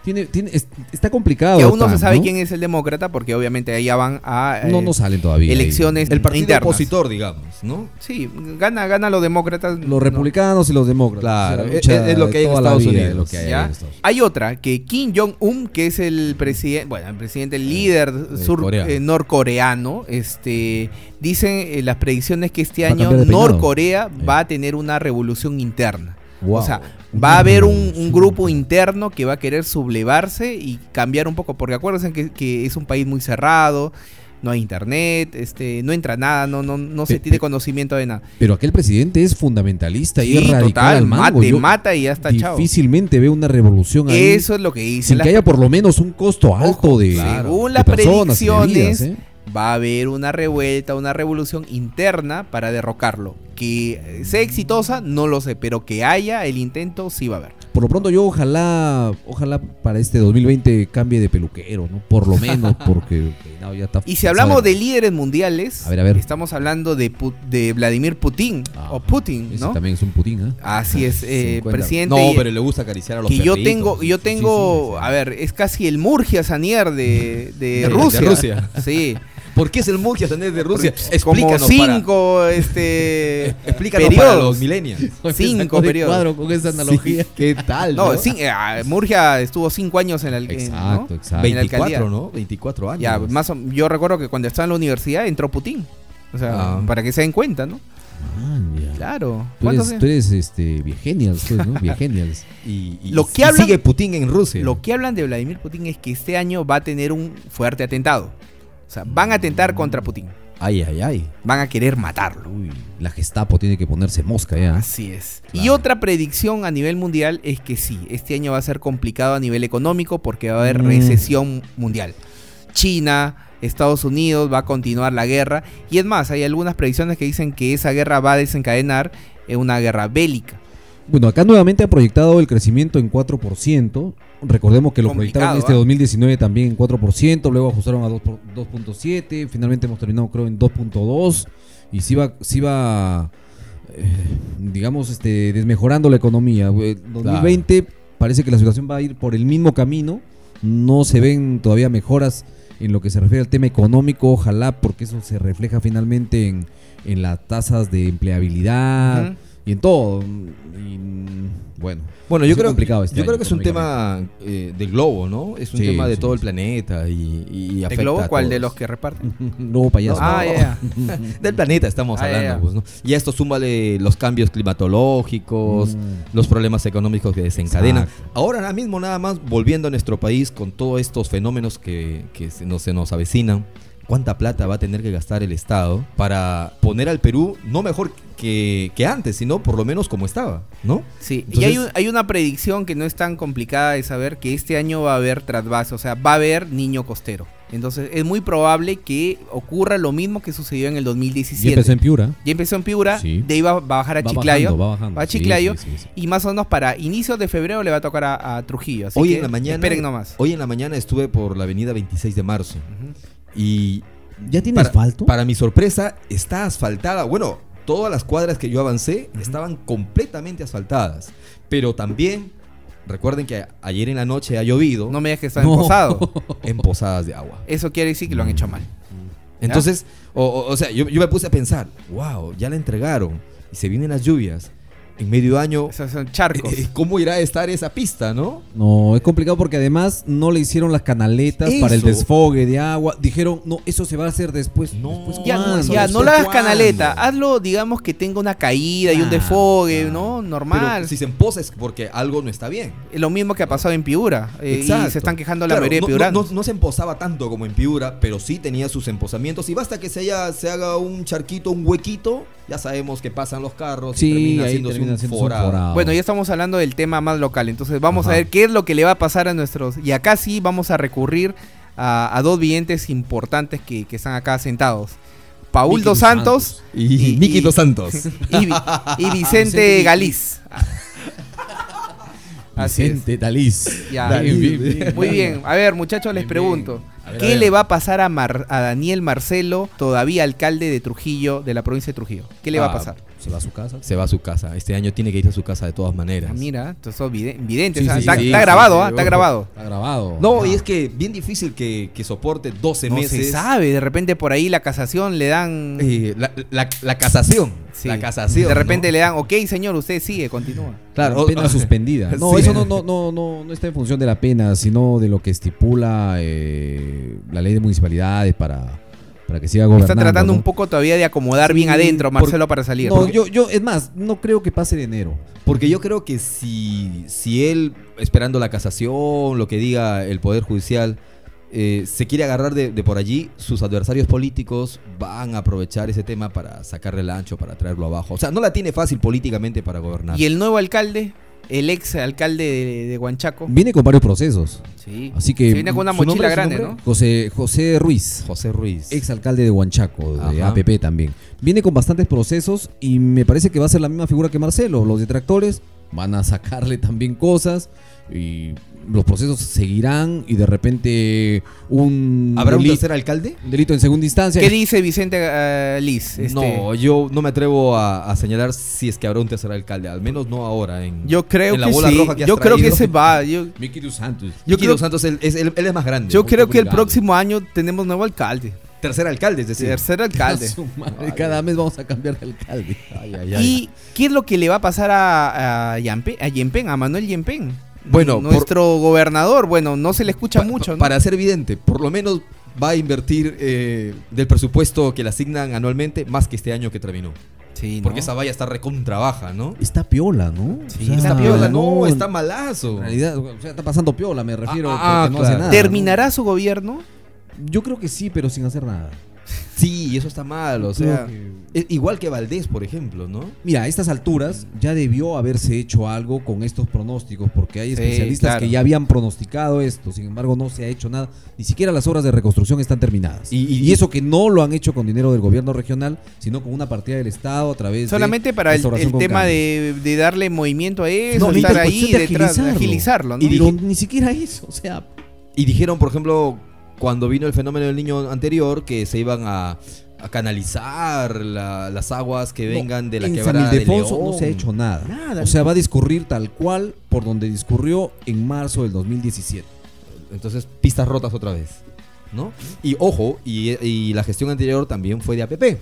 S3: Tiene, tiene, es- está complicado.
S2: Que aún no se
S3: Trump,
S2: sabe quién es el demócrata porque obviamente ahí ya van a eh,
S3: No, no salen todavía. ahí.
S2: elecciones
S4: El partido
S2: internas.
S4: opositor, digamos, ¿no?
S2: Sí, gana, gana los demócratas. no.
S3: Los republicanos y los demócratas.
S4: Claro,
S3: O sea,
S4: es-
S3: lucha
S4: es lo que hay en
S3: toda la
S4: Estados
S3: vida,
S4: Unidos.
S3: es lo que hay
S2: ¿Ya?
S3: en Estados Unidos.
S2: Hay otra que Kim Jong-un, que es el presidente, bueno, el presidente
S3: Eh,
S2: el líder sur-
S3: Corea.
S2: eh, norcoreano, este, dicen eh, las predicciones que este
S3: Va a
S2: año
S3: cambiar de peinado.
S2: Norcorea
S3: Eh.
S2: va a tener una revolución interna.
S3: Wow.
S2: O sea, va a haber un, un
S3: revolución
S2: grupo
S3: interna.
S2: interno que va a querer sublevarse y cambiar un poco, porque acuérdense que, que es un país muy cerrado, no hay internet, este, no entra nada, no, no, no se
S3: Pe-
S2: tiene
S3: pe-
S2: conocimiento de nada.
S3: Pero aquel presidente es fundamentalista y
S2: Sí,
S3: es radical al mango.
S2: mate,
S3: Yo
S2: mata y ya está chao.
S3: difícilmente veo una revolución ahí.
S2: Eso es lo que dicen
S3: sin
S2: las
S3: que haya por lo menos un costo alto
S2: Ojo,
S3: de,
S2: según
S3: de
S2: las
S3: personas y de
S2: predicciones,
S3: vidas, ¿eh?
S2: va a haber una revuelta, una revolución interna para derrocarlo. Que sea exitosa, no lo sé, pero que haya el intento, sí va a haber.
S3: Por lo pronto yo ojalá, ojalá para este 2020 cambie de peluquero, ¿no? Por lo menos, porque el peinado ya está...
S2: Y si hablamos de
S3: sabe,
S2: líderes mundiales,
S3: A ver, a ver.
S2: estamos hablando de, Pu- de Vladimir Putin
S3: Ah,
S2: o Putin,
S3: ese
S2: ¿no?
S3: también es un Putin, ¿eh?
S2: Así es, eh,
S4: 50.
S2: presidente.
S4: No,
S2: y-
S4: pero le gusta acariciar a los
S2: que yo
S4: perritos.
S2: tengo, yo
S4: Sí,
S2: tengo,
S4: sí, sí, sí.
S2: a ver, es casi el Murgia Sanier de, de
S4: De
S2: Rusia.
S4: Rusia.
S2: Sí.
S4: ¿Por qué es el Mugia Sanés de Rusia?
S2: Como
S4: Explícanos para,
S2: cinco, este.
S4: explícanos para
S2: periodos.
S4: los millennials.
S2: Cinco periodos.
S3: con esa
S4: Sí, ¿Qué tal?
S2: No, sí, eh, ah, Murgia estuvo cinco años en la alcaldía.
S3: Exacto, exacto.
S2: En la alcaldía.
S4: 24, Ah, ¿no? 24 años.
S2: Ya, más o- yo recuerdo que cuando estaba en la universidad entró Putin. O sea,
S4: Ah.
S2: para que se den cuenta, ¿no?
S3: Man, Ah, ya.
S2: Claro.
S3: Tú
S2: ¿Cuántos
S3: eres,
S4: Pues,
S2: años?
S3: tú eres este, viegenials, pues, ¿no? Viegenials.
S4: Y, y-
S2: Lo
S4: y
S2: que hablan-
S4: sigue Putin en Rusia.
S2: Lo que hablan de Vladimir Putin es que este año va a tener un fuerte atentado. O sea, van a atentar contra Putin.
S4: Ay, ay, ay.
S2: Van a querer matarlo.
S3: Uy, la Gestapo tiene que ponerse mosca ya.
S2: Así es. Y
S3: Claro.
S2: otra predicción a nivel mundial es que sí, este año va a ser complicado a nivel económico porque va a haber
S3: Mm.
S2: recesión mundial. China, Estados Unidos, va a continuar la guerra. Y es más, hay algunas predicciones que dicen que esa guerra va a desencadenar en una guerra bélica.
S3: Bueno, acá nuevamente ha proyectado el crecimiento en 4%. Recordemos que lo
S2: Complicado,
S3: proyectaron este
S2: ¿ah?
S3: 2019 también en 4%, luego ajustaron a 2 por- 2.7, finalmente hemos terminado creo en 2.2 y si va si va eh, digamos este desmejorando la economía. Eh, 2020 parece que la situación va a ir por el mismo camino, no se ven todavía mejoras en lo que se refiere al tema económico, ojalá porque eso se refleja finalmente en en las tasas de
S4: Ah,
S3: empleabilidad,
S2: Ujú.
S3: y en todo. y, mm, bueno,
S4: Bueno, yo
S3: Es
S4: creo,
S3: complicado este
S4: yo creo
S3: año
S4: que es un tema eh, del globo, ¿no? Es un
S3: Sí,
S4: tema de
S3: sí,
S4: todo el
S3: sí.
S4: planeta y, y
S2: ¿De
S4: afecta
S2: globo
S4: a
S2: cuál? ¿De
S4: todos. Mm.
S2: los que reparten?
S3: luego payaso.
S2: Ah, ya, ya.
S4: Del planeta estamos
S2: Ah, ya,
S4: hablando,
S2: ya.
S4: pues, ¿no? Y a esto súmale los cambios climatológicos,
S3: Mm.
S4: los problemas económicos que desencadenan.
S3: Exacto.
S4: Ahora, ahora mismo nada más, volviendo a nuestro país con todos estos fenómenos que, que se, nos, se nos avecinan, ¿cuánta plata va a tener que gastar el Estado para poner al Perú no mejor que, que antes, sino por lo menos como estaba, ¿no?
S2: Sí, y
S4: Entonces-
S2: hay, un- hay una predicción que no es tan complicada de saber que este año va a haber trasvase, o sea, va a haber niño costero. Entonces es muy probable que ocurra lo mismo que sucedió en el
S3: Y
S2: 2017.
S3: empezó en Piura.
S2: Ya empezó en Piura,
S3: Sí.
S2: de ahí va, va a bajar a
S3: Va
S2: Chiclayo.
S3: bajando, va bajando.
S2: va a
S3: Sí,
S2: Chiclayo.
S3: sí, sí, sí.
S2: Y más o menos para inicios de febrero le va a tocar a, a Trujillo. Así
S4: hoy
S2: que
S4: en la mañana.
S2: Esperen nomás.
S4: Hoy en la mañana estuve por la avenida 26 de marzo
S2: Ujú.
S4: y
S3: ¿Ya tiene
S4: para,
S3: asfalto?
S4: Para mi sorpresa, está asfaltada. Bueno, todas las cuadras que yo avancé estaban completamente asfaltadas. Pero también, recuerden que a- ayer en la noche ha llovido
S2: No me digas que está
S3: No.
S2: emposado.
S4: en posadas de agua.
S2: Eso quiere decir que lo han hecho mal.
S4: Entonces, o, o- o sea, yo, yo me puse a pensar, wow, ya la entregaron y se vienen las lluvias. en medio año.
S2: Esos son charcos.
S4: eh, ¿Cómo irá a estar esa pista, no?
S3: No, es complicado porque además no le hicieron las canaletas para el
S4: Eso.
S3: desfogue de agua. Dijeron, no, eso se va a hacer después.
S4: eh,
S3: Después,
S2: Ya,
S3: ¿cuándo?
S2: ya, no
S3: ¿Después
S2: lo hagas
S3: cuándo?
S2: canaleta, hazlo, digamos, que tenga una caída y un
S3: Ah,
S2: desfogue,
S3: ah.
S2: ¿no? Normal.
S4: Pero si se emposa es porque algo no está bien.
S2: Lo mismo que ha pasado en Piura. eh, y
S4: Exacto.
S2: se están quejando la
S4: Claro,
S2: mayoría de
S4: no-
S2: Piura.
S4: no, no- no se emposaba tanto como en Piura, pero sí tenía sus emposamientos. Y basta que se, haya, se haga un charquito, un huequito, ya sabemos que pasan los carros y
S3: Sí,
S4: termina
S3: ahí
S4: haciéndose
S3: termina
S4: un
S3: haciéndose un
S4: forado.
S3: forado.
S2: Bueno, ya estamos hablando del tema más local, entonces vamos a
S3: Ajá.
S2: ver qué es lo que le va a pasar a nuestros... Y acá sí vamos a recurrir a, a dos videntes importantes que, que están acá sentados. Paul
S3: Vicky
S2: Dos Santos,
S4: Y,
S2: Y-
S4: Miki
S2: y-
S4: Dos Santos.
S2: y, Vi- y Vicente
S3: Vicente
S2: Galiz. Así es.
S3: Vicente Dalís.
S2: Ya.
S3: Bien,
S4: Dalí.
S3: bien, bien.
S2: Muy bien, a ver muchachos, les
S3: Bien,
S2: pregunto,
S3: bien. A ver, a
S2: ¿qué
S3: ver.
S2: le va a pasar a, Mar- a Daniel Marcelo, todavía alcalde de Trujillo, de la provincia de Trujillo? ¿Qué le va a
S4: Ah,
S2: pasar?
S3: Se va a su casa.
S4: Se va a su casa. Este año tiene que ir a su casa de todas maneras.
S2: Ah, mira, esto es vide- vidente,
S3: Sí,
S2: o sea,
S3: sí,
S2: está,
S3: sí,
S2: está
S3: sí,
S2: grabado,
S4: sí,
S2: ¿ah? está
S4: ojo.
S2: grabado.
S3: Está grabado.
S4: No,
S3: Ah.
S4: y es que bien difícil que, que soporte 12
S2: No
S4: meses.
S2: se sabe, de repente por ahí la casación le dan...
S4: eh, la, la- la casación.
S2: Sí.
S4: La casación.
S2: De repente
S4: ¿no?
S2: le dan, ok señor, usted sigue, continúa.
S3: Claro,
S4: O-
S3: pena suspendida. No,
S4: Sí.
S3: eso no, no, no, no, no está en función de la pena, sino de lo que estipula eh, la ley de municipalidades para, para que siga gobernando.
S2: Está tratando
S3: ¿no?
S2: un poco todavía de acomodar
S3: Sí,
S2: bien adentro
S3: por-
S2: Marcelo para salir.
S3: No,
S2: Porque-
S3: yo, yo, es más, no creo que pase de enero.
S4: Porque yo creo que si, si él, esperando la casación, lo que diga el Poder Judicial, eh, se quiere agarrar de, de por allí, sus adversarios políticos van a aprovechar ese tema para sacarle el ancho, para traerlo abajo. O sea, no la tiene fácil políticamente para gobernar.
S2: Y el nuevo alcalde, el ex alcalde de, de Huanchaco.
S3: Viene con varios procesos.
S2: Sí.
S3: Así que-
S2: Se viene con una
S4: ¿Su nombre,
S2: mochila
S4: su
S2: grande, ¿no?
S4: nombre?
S3: José, José Ruiz,
S4: José Ruiz.
S3: ex alcalde de Huanchaco, de
S4: Ajá.
S3: APP también. Viene con bastantes procesos y me parece que va a ser la misma figura que Marcelo. Los detractores van a sacarle también cosas y los procesos seguirán y de repente un,
S4: ¿Habrá un
S3: deli-
S4: tercer alcalde?
S3: un delito en segunda instancia.
S2: ¿Qué dice Vicente eh, Liz? Este,
S4: No, yo no me atrevo a, a señalar si es que habrá un tercer alcalde, al menos no ahora. En,
S2: Yo creo
S4: en la
S2: que
S4: bola
S2: sí.
S4: roja que has
S2: yo creo que
S4: traído.
S2: se va. Yo,
S3: Miki Dos Santos.
S2: yo
S4: Yo
S2: creo-
S4: creo Santos él es, él- él es más grande.
S2: yo
S4: ¿no?
S2: creo que el
S4: Complicado.
S2: próximo año tenemos nuevo alcalde.
S4: tercer alcalde, es decir.
S2: Tercer alcalde.
S3: Su madre, Cada mes vamos a cambiar de alcalde.
S4: Ay, ay, ay.
S2: ¿Y qué es lo que le va a pasar a, a, Yampe- a Yempen, a Manuel Yempen?
S4: Bueno, por-
S2: nuestro gobernador, bueno, no se le escucha
S4: Pa-
S2: mucho,
S4: pa-
S2: ¿no?
S4: Para ser vidente, por lo menos va a invertir eh, del presupuesto que le asignan anualmente más que este año que terminó.
S2: Sí, ¿no?
S4: Porque esa valla está recontra baja, ¿no?
S3: Está piola, ¿no?
S2: Sí,
S4: Está
S2: Ah,
S4: piola, no, está
S3: En
S4: malazo.
S3: realidad, o sea, está pasando piola, me refiero.
S4: Ah, ah,
S3: porque no
S4: claro.
S3: hace nada.
S2: ¿Terminará su gobierno?
S3: ¿no? Yo creo que sí, pero sin hacer nada.
S4: Sí, eso está mal, o sea. eh, Igual que Valdés, por ejemplo, ¿no?
S3: Mira, a estas alturas ya debió haberse hecho algo con estos pronósticos, porque hay
S2: Sí,
S3: especialistas
S2: claro.
S3: que ya habían pronosticado esto, sin embargo no se ha hecho nada, ni siquiera las obras de reconstrucción están terminadas.
S4: Y-
S3: Y,
S4: y-
S3: eso que no lo han hecho con dinero del gobierno regional, sino con una partida del Estado a través de...
S2: Solamente para el,
S3: restauración
S2: el
S3: con
S2: tema
S3: cambios.
S2: de, de darle movimiento a eso,
S3: No,
S2: estar
S3: ahorita es
S2: ahí
S3: cuestión de
S2: detrás, de agilizarlo,
S3: agilizarlo.
S2: ¿no?
S3: Y digo, ni siquiera eso, o sea,
S4: Y dijeron, por ejemplo, cuando vino el fenómeno del niño anterior, que se iban a, a canalizar la- las aguas que vengan de la
S3: en
S4: quebrada
S3: San
S4: de
S3: Ildefonso
S4: León.
S3: no se ha hecho nada.
S4: Nada.
S3: O sea, va a discurrir tal cual por donde discurrió en marzo del 2017.
S4: Entonces, pistas rotas otra vez. ¿No? Y ojo, y, y la gestión anterior también fue de APP.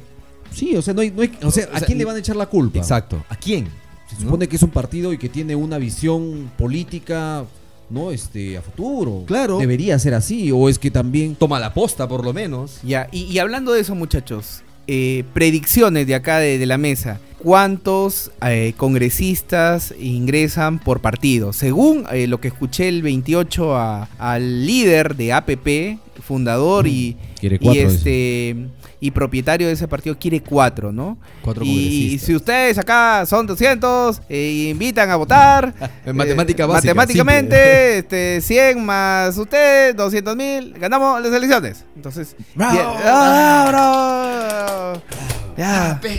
S3: Sí, o sea, no hay, no hay- o sea,
S4: O
S3: ¿a
S4: sea,
S3: quién le van a echar la culpa?
S4: Exacto. ¿A quién?
S3: Se supone que es un partido y que tiene una visión política, ¿no? Este, a futuro.
S4: Claro.
S3: Debería ser así. O es que también.
S4: Toma la posta, por lo menos.
S2: Ya, y, y hablando de eso, muchachos, eh, predicciones de acá de, de la mesa. ¿Cuántos eh, congresistas ingresan por partido? Según eh, lo que escuché el 28 a- al líder de APP, fundador y,
S3: Quiere
S2: y, este, y propietario de ese partido, quiere cuatro, ¿no?
S4: Cuatro
S2: y,
S4: congresistas.
S2: si ustedes acá son 200 eh, y invitan a votar, eh,
S4: En matemática básica,
S2: Matemáticamente, este, 100 más ustedes, 200 mil, ganamos las elecciones. Entonces,
S1: Bravo.
S2: ya- ¡Ah, bravo! Ya.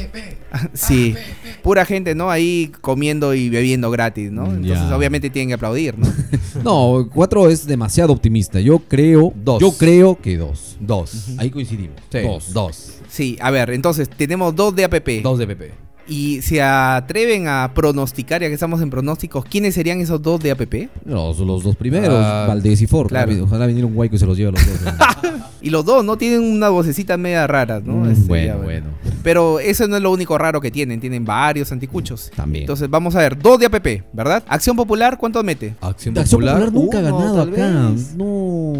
S2: Sí, pura gente, ¿no? Ahí comiendo y bebiendo gratis, ¿no?
S3: Ya.
S2: Entonces, obviamente tienen que aplaudir, ¿no?
S3: No, cuatro es demasiado optimista. Yo creo.
S4: Dos.
S3: Yo creo que dos.
S4: Dos.
S3: Ahí coincidimos.
S4: Sí,
S3: Dos.
S4: Dos.
S2: Sí, a ver, entonces tenemos dos de APP.
S4: Dos de PP.
S2: ¿Y se atreven a pronosticar, ya que estamos en pronósticos, quiénes serían esos dos de APP?
S3: Los, los dos primeros,
S4: Ah,
S3: Valdés y Ford.
S2: claro.
S3: Ojalá- Ojalá viniera un guayco y se los lleve a los dos. ¿no?
S2: Y los dos, ¿no? Tienen una vocecita media rara, ¿no?
S3: Mm,
S2: Este, ya,
S3: bueno, bueno.
S2: Pero eso no es lo único raro que tienen, tienen varios anticuchos.
S3: También.
S2: Entonces vamos a ver, dos de APP, ¿verdad? Acción Popular, ¿cuánto mete?
S4: Acción
S3: La Acción Popular nunca ha
S4: uno,
S3: ganado
S4: tal
S3: acá.
S4: vez.
S3: No,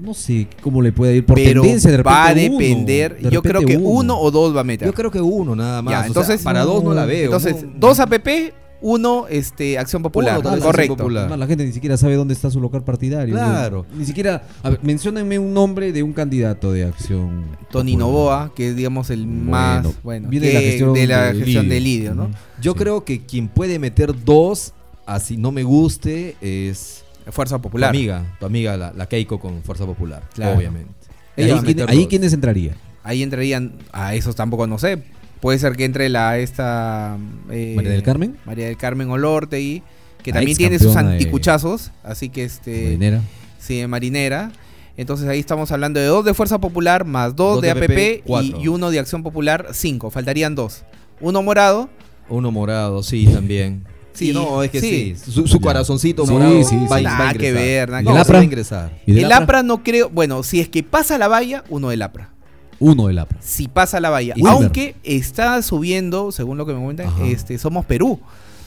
S3: no sé cómo le puede ir. Por
S2: Pero
S3: tendencia, de repente
S2: va a
S3: uno,
S2: depender,
S3: de
S2: yo creo
S3: repente
S2: que uno. o dos va a meter.
S4: Yo creo que uno nada más.
S2: Ya,
S4: o sea,
S2: entonces-
S4: para dos no la veo.
S2: Entonces,
S4: No-
S2: dos APP, uno este, Acción Popular,
S4: Uno, tal vez Acción
S2: correcto.
S4: Popular.
S3: Además, la gente ni siquiera sabe dónde está su local partidario.
S4: Claro.
S3: Ni siquiera. A ver, menciónenme un nombre de un candidato de acción.
S2: Tony
S3: Popular.
S2: Novoa, que es, digamos, el
S3: Bueno,
S2: más, bueno,
S3: viene
S2: que-
S3: de la gestión
S2: de la
S3: de
S2: gestión
S3: Lidio.
S2: del Lidio, ¿no?
S4: Yo
S3: Sí.
S4: creo que quien puede meter dos, así no me guste, es
S2: Fuerza Popular.
S4: tu amiga, tu amiga la, la Keiko con Fuerza Popular,
S2: Claro.
S4: obviamente.
S3: Ahí,
S4: Ella va a
S3: quién-
S4: meter
S3: ahí
S4: dos.
S3: quiénes entraría.
S2: Ahí entrarían, a esos tampoco no sé. Puede ser que entre la esta eh,
S3: María del Carmen.
S2: María del Carmen Olortegui, que
S3: La
S2: también
S3: ex
S2: tiene sus
S3: campeona de-
S2: anticuchazos, así que este
S3: Molinera.
S2: sí, de marinera. Entonces ahí estamos hablando de dos de Fuerza Popular más dos,
S4: Dos
S2: de,
S4: de
S2: APP
S4: PP,
S2: y,
S4: cuatro.
S2: y uno de Acción Popular, cinco. Faltarían dos. Uno morado,
S4: Uno morado, sí, también.
S2: Sí,
S4: Sí, no, es que sí.
S2: sí.
S4: Su, su
S3: Ya.
S4: corazoncito
S3: Sí,
S4: morado
S3: sí, sí.
S4: va,
S2: Nada
S4: va a
S2: que
S4: ingresar.
S2: ver, nada
S4: No,
S3: que ver.
S4: se va a ingresar.
S3: ¿Y del
S2: el
S3: APRA?
S2: APRA no creo, bueno, si es que pasa la valla, uno del APRA.
S3: Uno del APRA.
S2: si pasa la valla.
S3: Wilmer.
S2: Aunque está subiendo, según lo que me cuentan,
S3: Ajá.
S2: este, Somos Perú.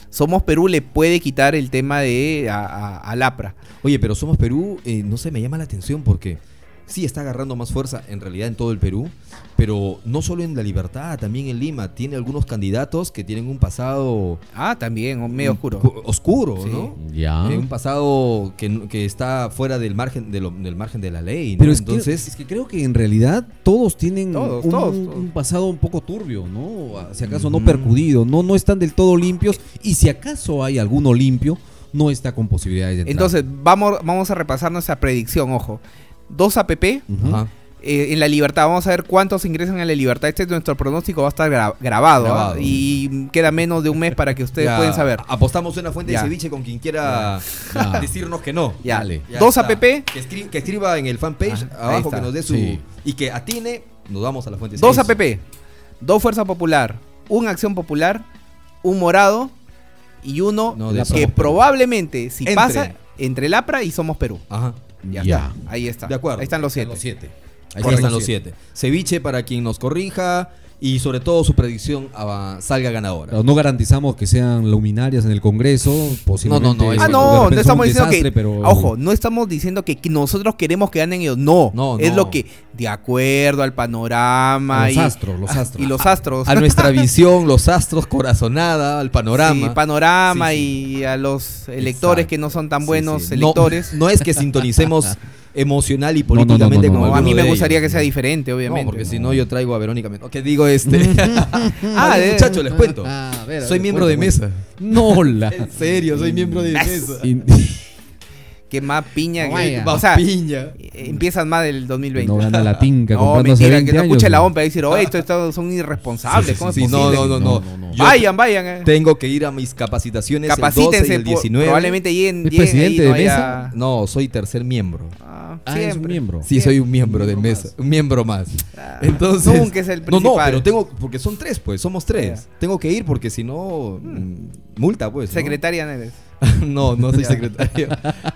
S2: Somos Perú le puede quitar el tema de a, a- a Lapra.
S4: Oye, pero Somos Perú, eh, no sé, me llama la atención porque sí está agarrando más fuerza en realidad en todo el Perú, pero no solo en La Libertad, también en Lima. Tiene algunos candidatos que tienen un pasado
S2: Ah, también, un medio
S4: un-
S2: oscuro.
S4: Mm. pu- Oscuro,
S2: Sí.
S4: ¿no?
S3: Ya.
S2: Ah.
S4: Eh, un pasado que, n- que está fuera del margen de lo- del margen de la ley, ¿no?
S3: Pero es,
S4: Entonces,
S3: que, es que creo que en realidad todos tienen
S2: Todos,
S3: un,
S2: todos, todos.
S3: un pasado un poco turbio, ¿no? Si acaso no
S4: Mm.
S3: percudido, no, no están del todo limpios y si acaso hay alguno limpio, no está con posibilidades de entrar.
S2: Entonces, vamos, vamos a repasar nuestra predicción, ojo. Dos APP eh,
S3: Ujú.
S4: Ajá.
S2: en la libertad. Vamos a ver cuántos ingresan a la libertad. Este es nuestro pronóstico, va a estar gra- grabado. ¿ah?
S4: Grabado.
S2: Y queda menos de un mes para que ustedes
S4: Ya,
S2: puedan saber.
S4: Apostamos una fuente
S2: Ya.
S4: de ceviche con quien quiera
S3: Ya.
S4: decirnos que no.
S2: Ya.
S3: Dale.
S4: Ya
S2: Dos
S4: está.
S2: APP.
S4: Que, escri- que escriba en el fanpage
S2: Ajá, Ah, ahí
S4: abajo
S2: está.
S4: que nos dé su.
S3: Sí.
S4: Y que atine, nos vamos a la fuente de
S2: Dos
S4: ceviche.
S2: APP, dos Fuerza Popular, un Acción Popular, un Morado y uno
S4: No, de
S2: que
S4: Somos Perú.
S2: probablemente, si
S4: Entre.
S2: pasa, entre Lapra y Somos Perú.
S4: Ajá.
S2: Ya,
S3: Ya.
S2: está. Ahí está.
S4: De acuerdo.
S2: Ahí están los siete.
S4: Ahí
S3: Correcto.
S4: están los siete. Ceviche para quien nos corrija y sobre todo su predicción ah, salga ganadora.
S3: Claro, No garantizamos que sean luminarias en el Congreso, posiblemente.
S4: No, no, no, eso
S2: Ah,
S4: Sí,
S2: no,
S3: de repente
S2: no
S3: son
S2: estamos
S3: un
S2: diciendo
S3: desastre,
S2: que.
S3: pero-
S2: Ojo, no estamos diciendo que que nosotros queremos que ganen ellos. No.
S4: No,
S2: Es
S4: no.
S2: lo que, de acuerdo al panorama
S3: Los
S2: y,
S3: astros, los astros.
S2: y los astros.
S4: A nuestra visión, los astros, corazonada, al panorama.
S2: Sí, panorama
S4: Sí,
S2: y a los electores
S4: Exacto.
S2: que no son tan
S4: Sí,
S2: buenos
S4: sí. No-
S2: electores.
S4: No, es que sintonicemos emocional y
S3: no, no, no,
S4: políticamente
S3: no,
S4: con
S3: no,
S2: No, a
S4: alguno
S2: mí me
S4: de
S2: gustaría
S4: ellos.
S2: que sea diferente, obviamente.
S4: No, porque
S2: ¿no?
S4: si no yo traigo a Verónica Mendoza. ¿Qué digo este? ah,
S2: de-
S4: muchachos, les cuento.
S3: Ah, a ver, a
S4: Soy
S3: ver,
S4: miembro
S3: cuenta,
S4: de mesa.
S3: No, la.
S4: En serio, soy miembro de mesa.
S3: Y-
S2: Que más piña que-
S3: Vaya.
S2: O sea,
S4: piña.
S2: eh, empiezan más del 2020.
S3: no gana la tinca
S2: No,
S3: comprando hace
S2: mentira, que
S3: 20
S2: no
S3: años,
S2: escuche la
S3: ¿no?
S2: OMP y decir, oye, estos, estos son irresponsables. ¿Cómo es
S4: Sí, no,
S2: posible?
S4: no, no,
S3: No,
S4: no.
S3: no, no.
S4: Yo
S2: vayan, vayan. eh.
S4: tengo que ir a mis capacitaciones el 12 y
S2: Capacítense.
S4: el
S2: por-
S4: 19.
S2: probablemente lleguen.
S3: ¿Es
S2: lleguen ahí,
S3: presidente de
S2: no haya-
S3: mesa?
S4: No, soy tercer miembro.
S2: Ah,
S3: Ah, es un
S2: siempre.
S3: miembro.
S4: Sí, soy un miembro de mesa, un miembro más.
S2: Ah,
S4: Entonces,
S2: Nunca es el
S4: no, no,
S2: principal.
S4: pero tengo porque son tres, pues, somos tres. Tengo que ir porque si no
S2: Hmm.
S4: mm, multa, pues. ¿no?
S2: Secretaria no eres.
S4: No, no soy secretario.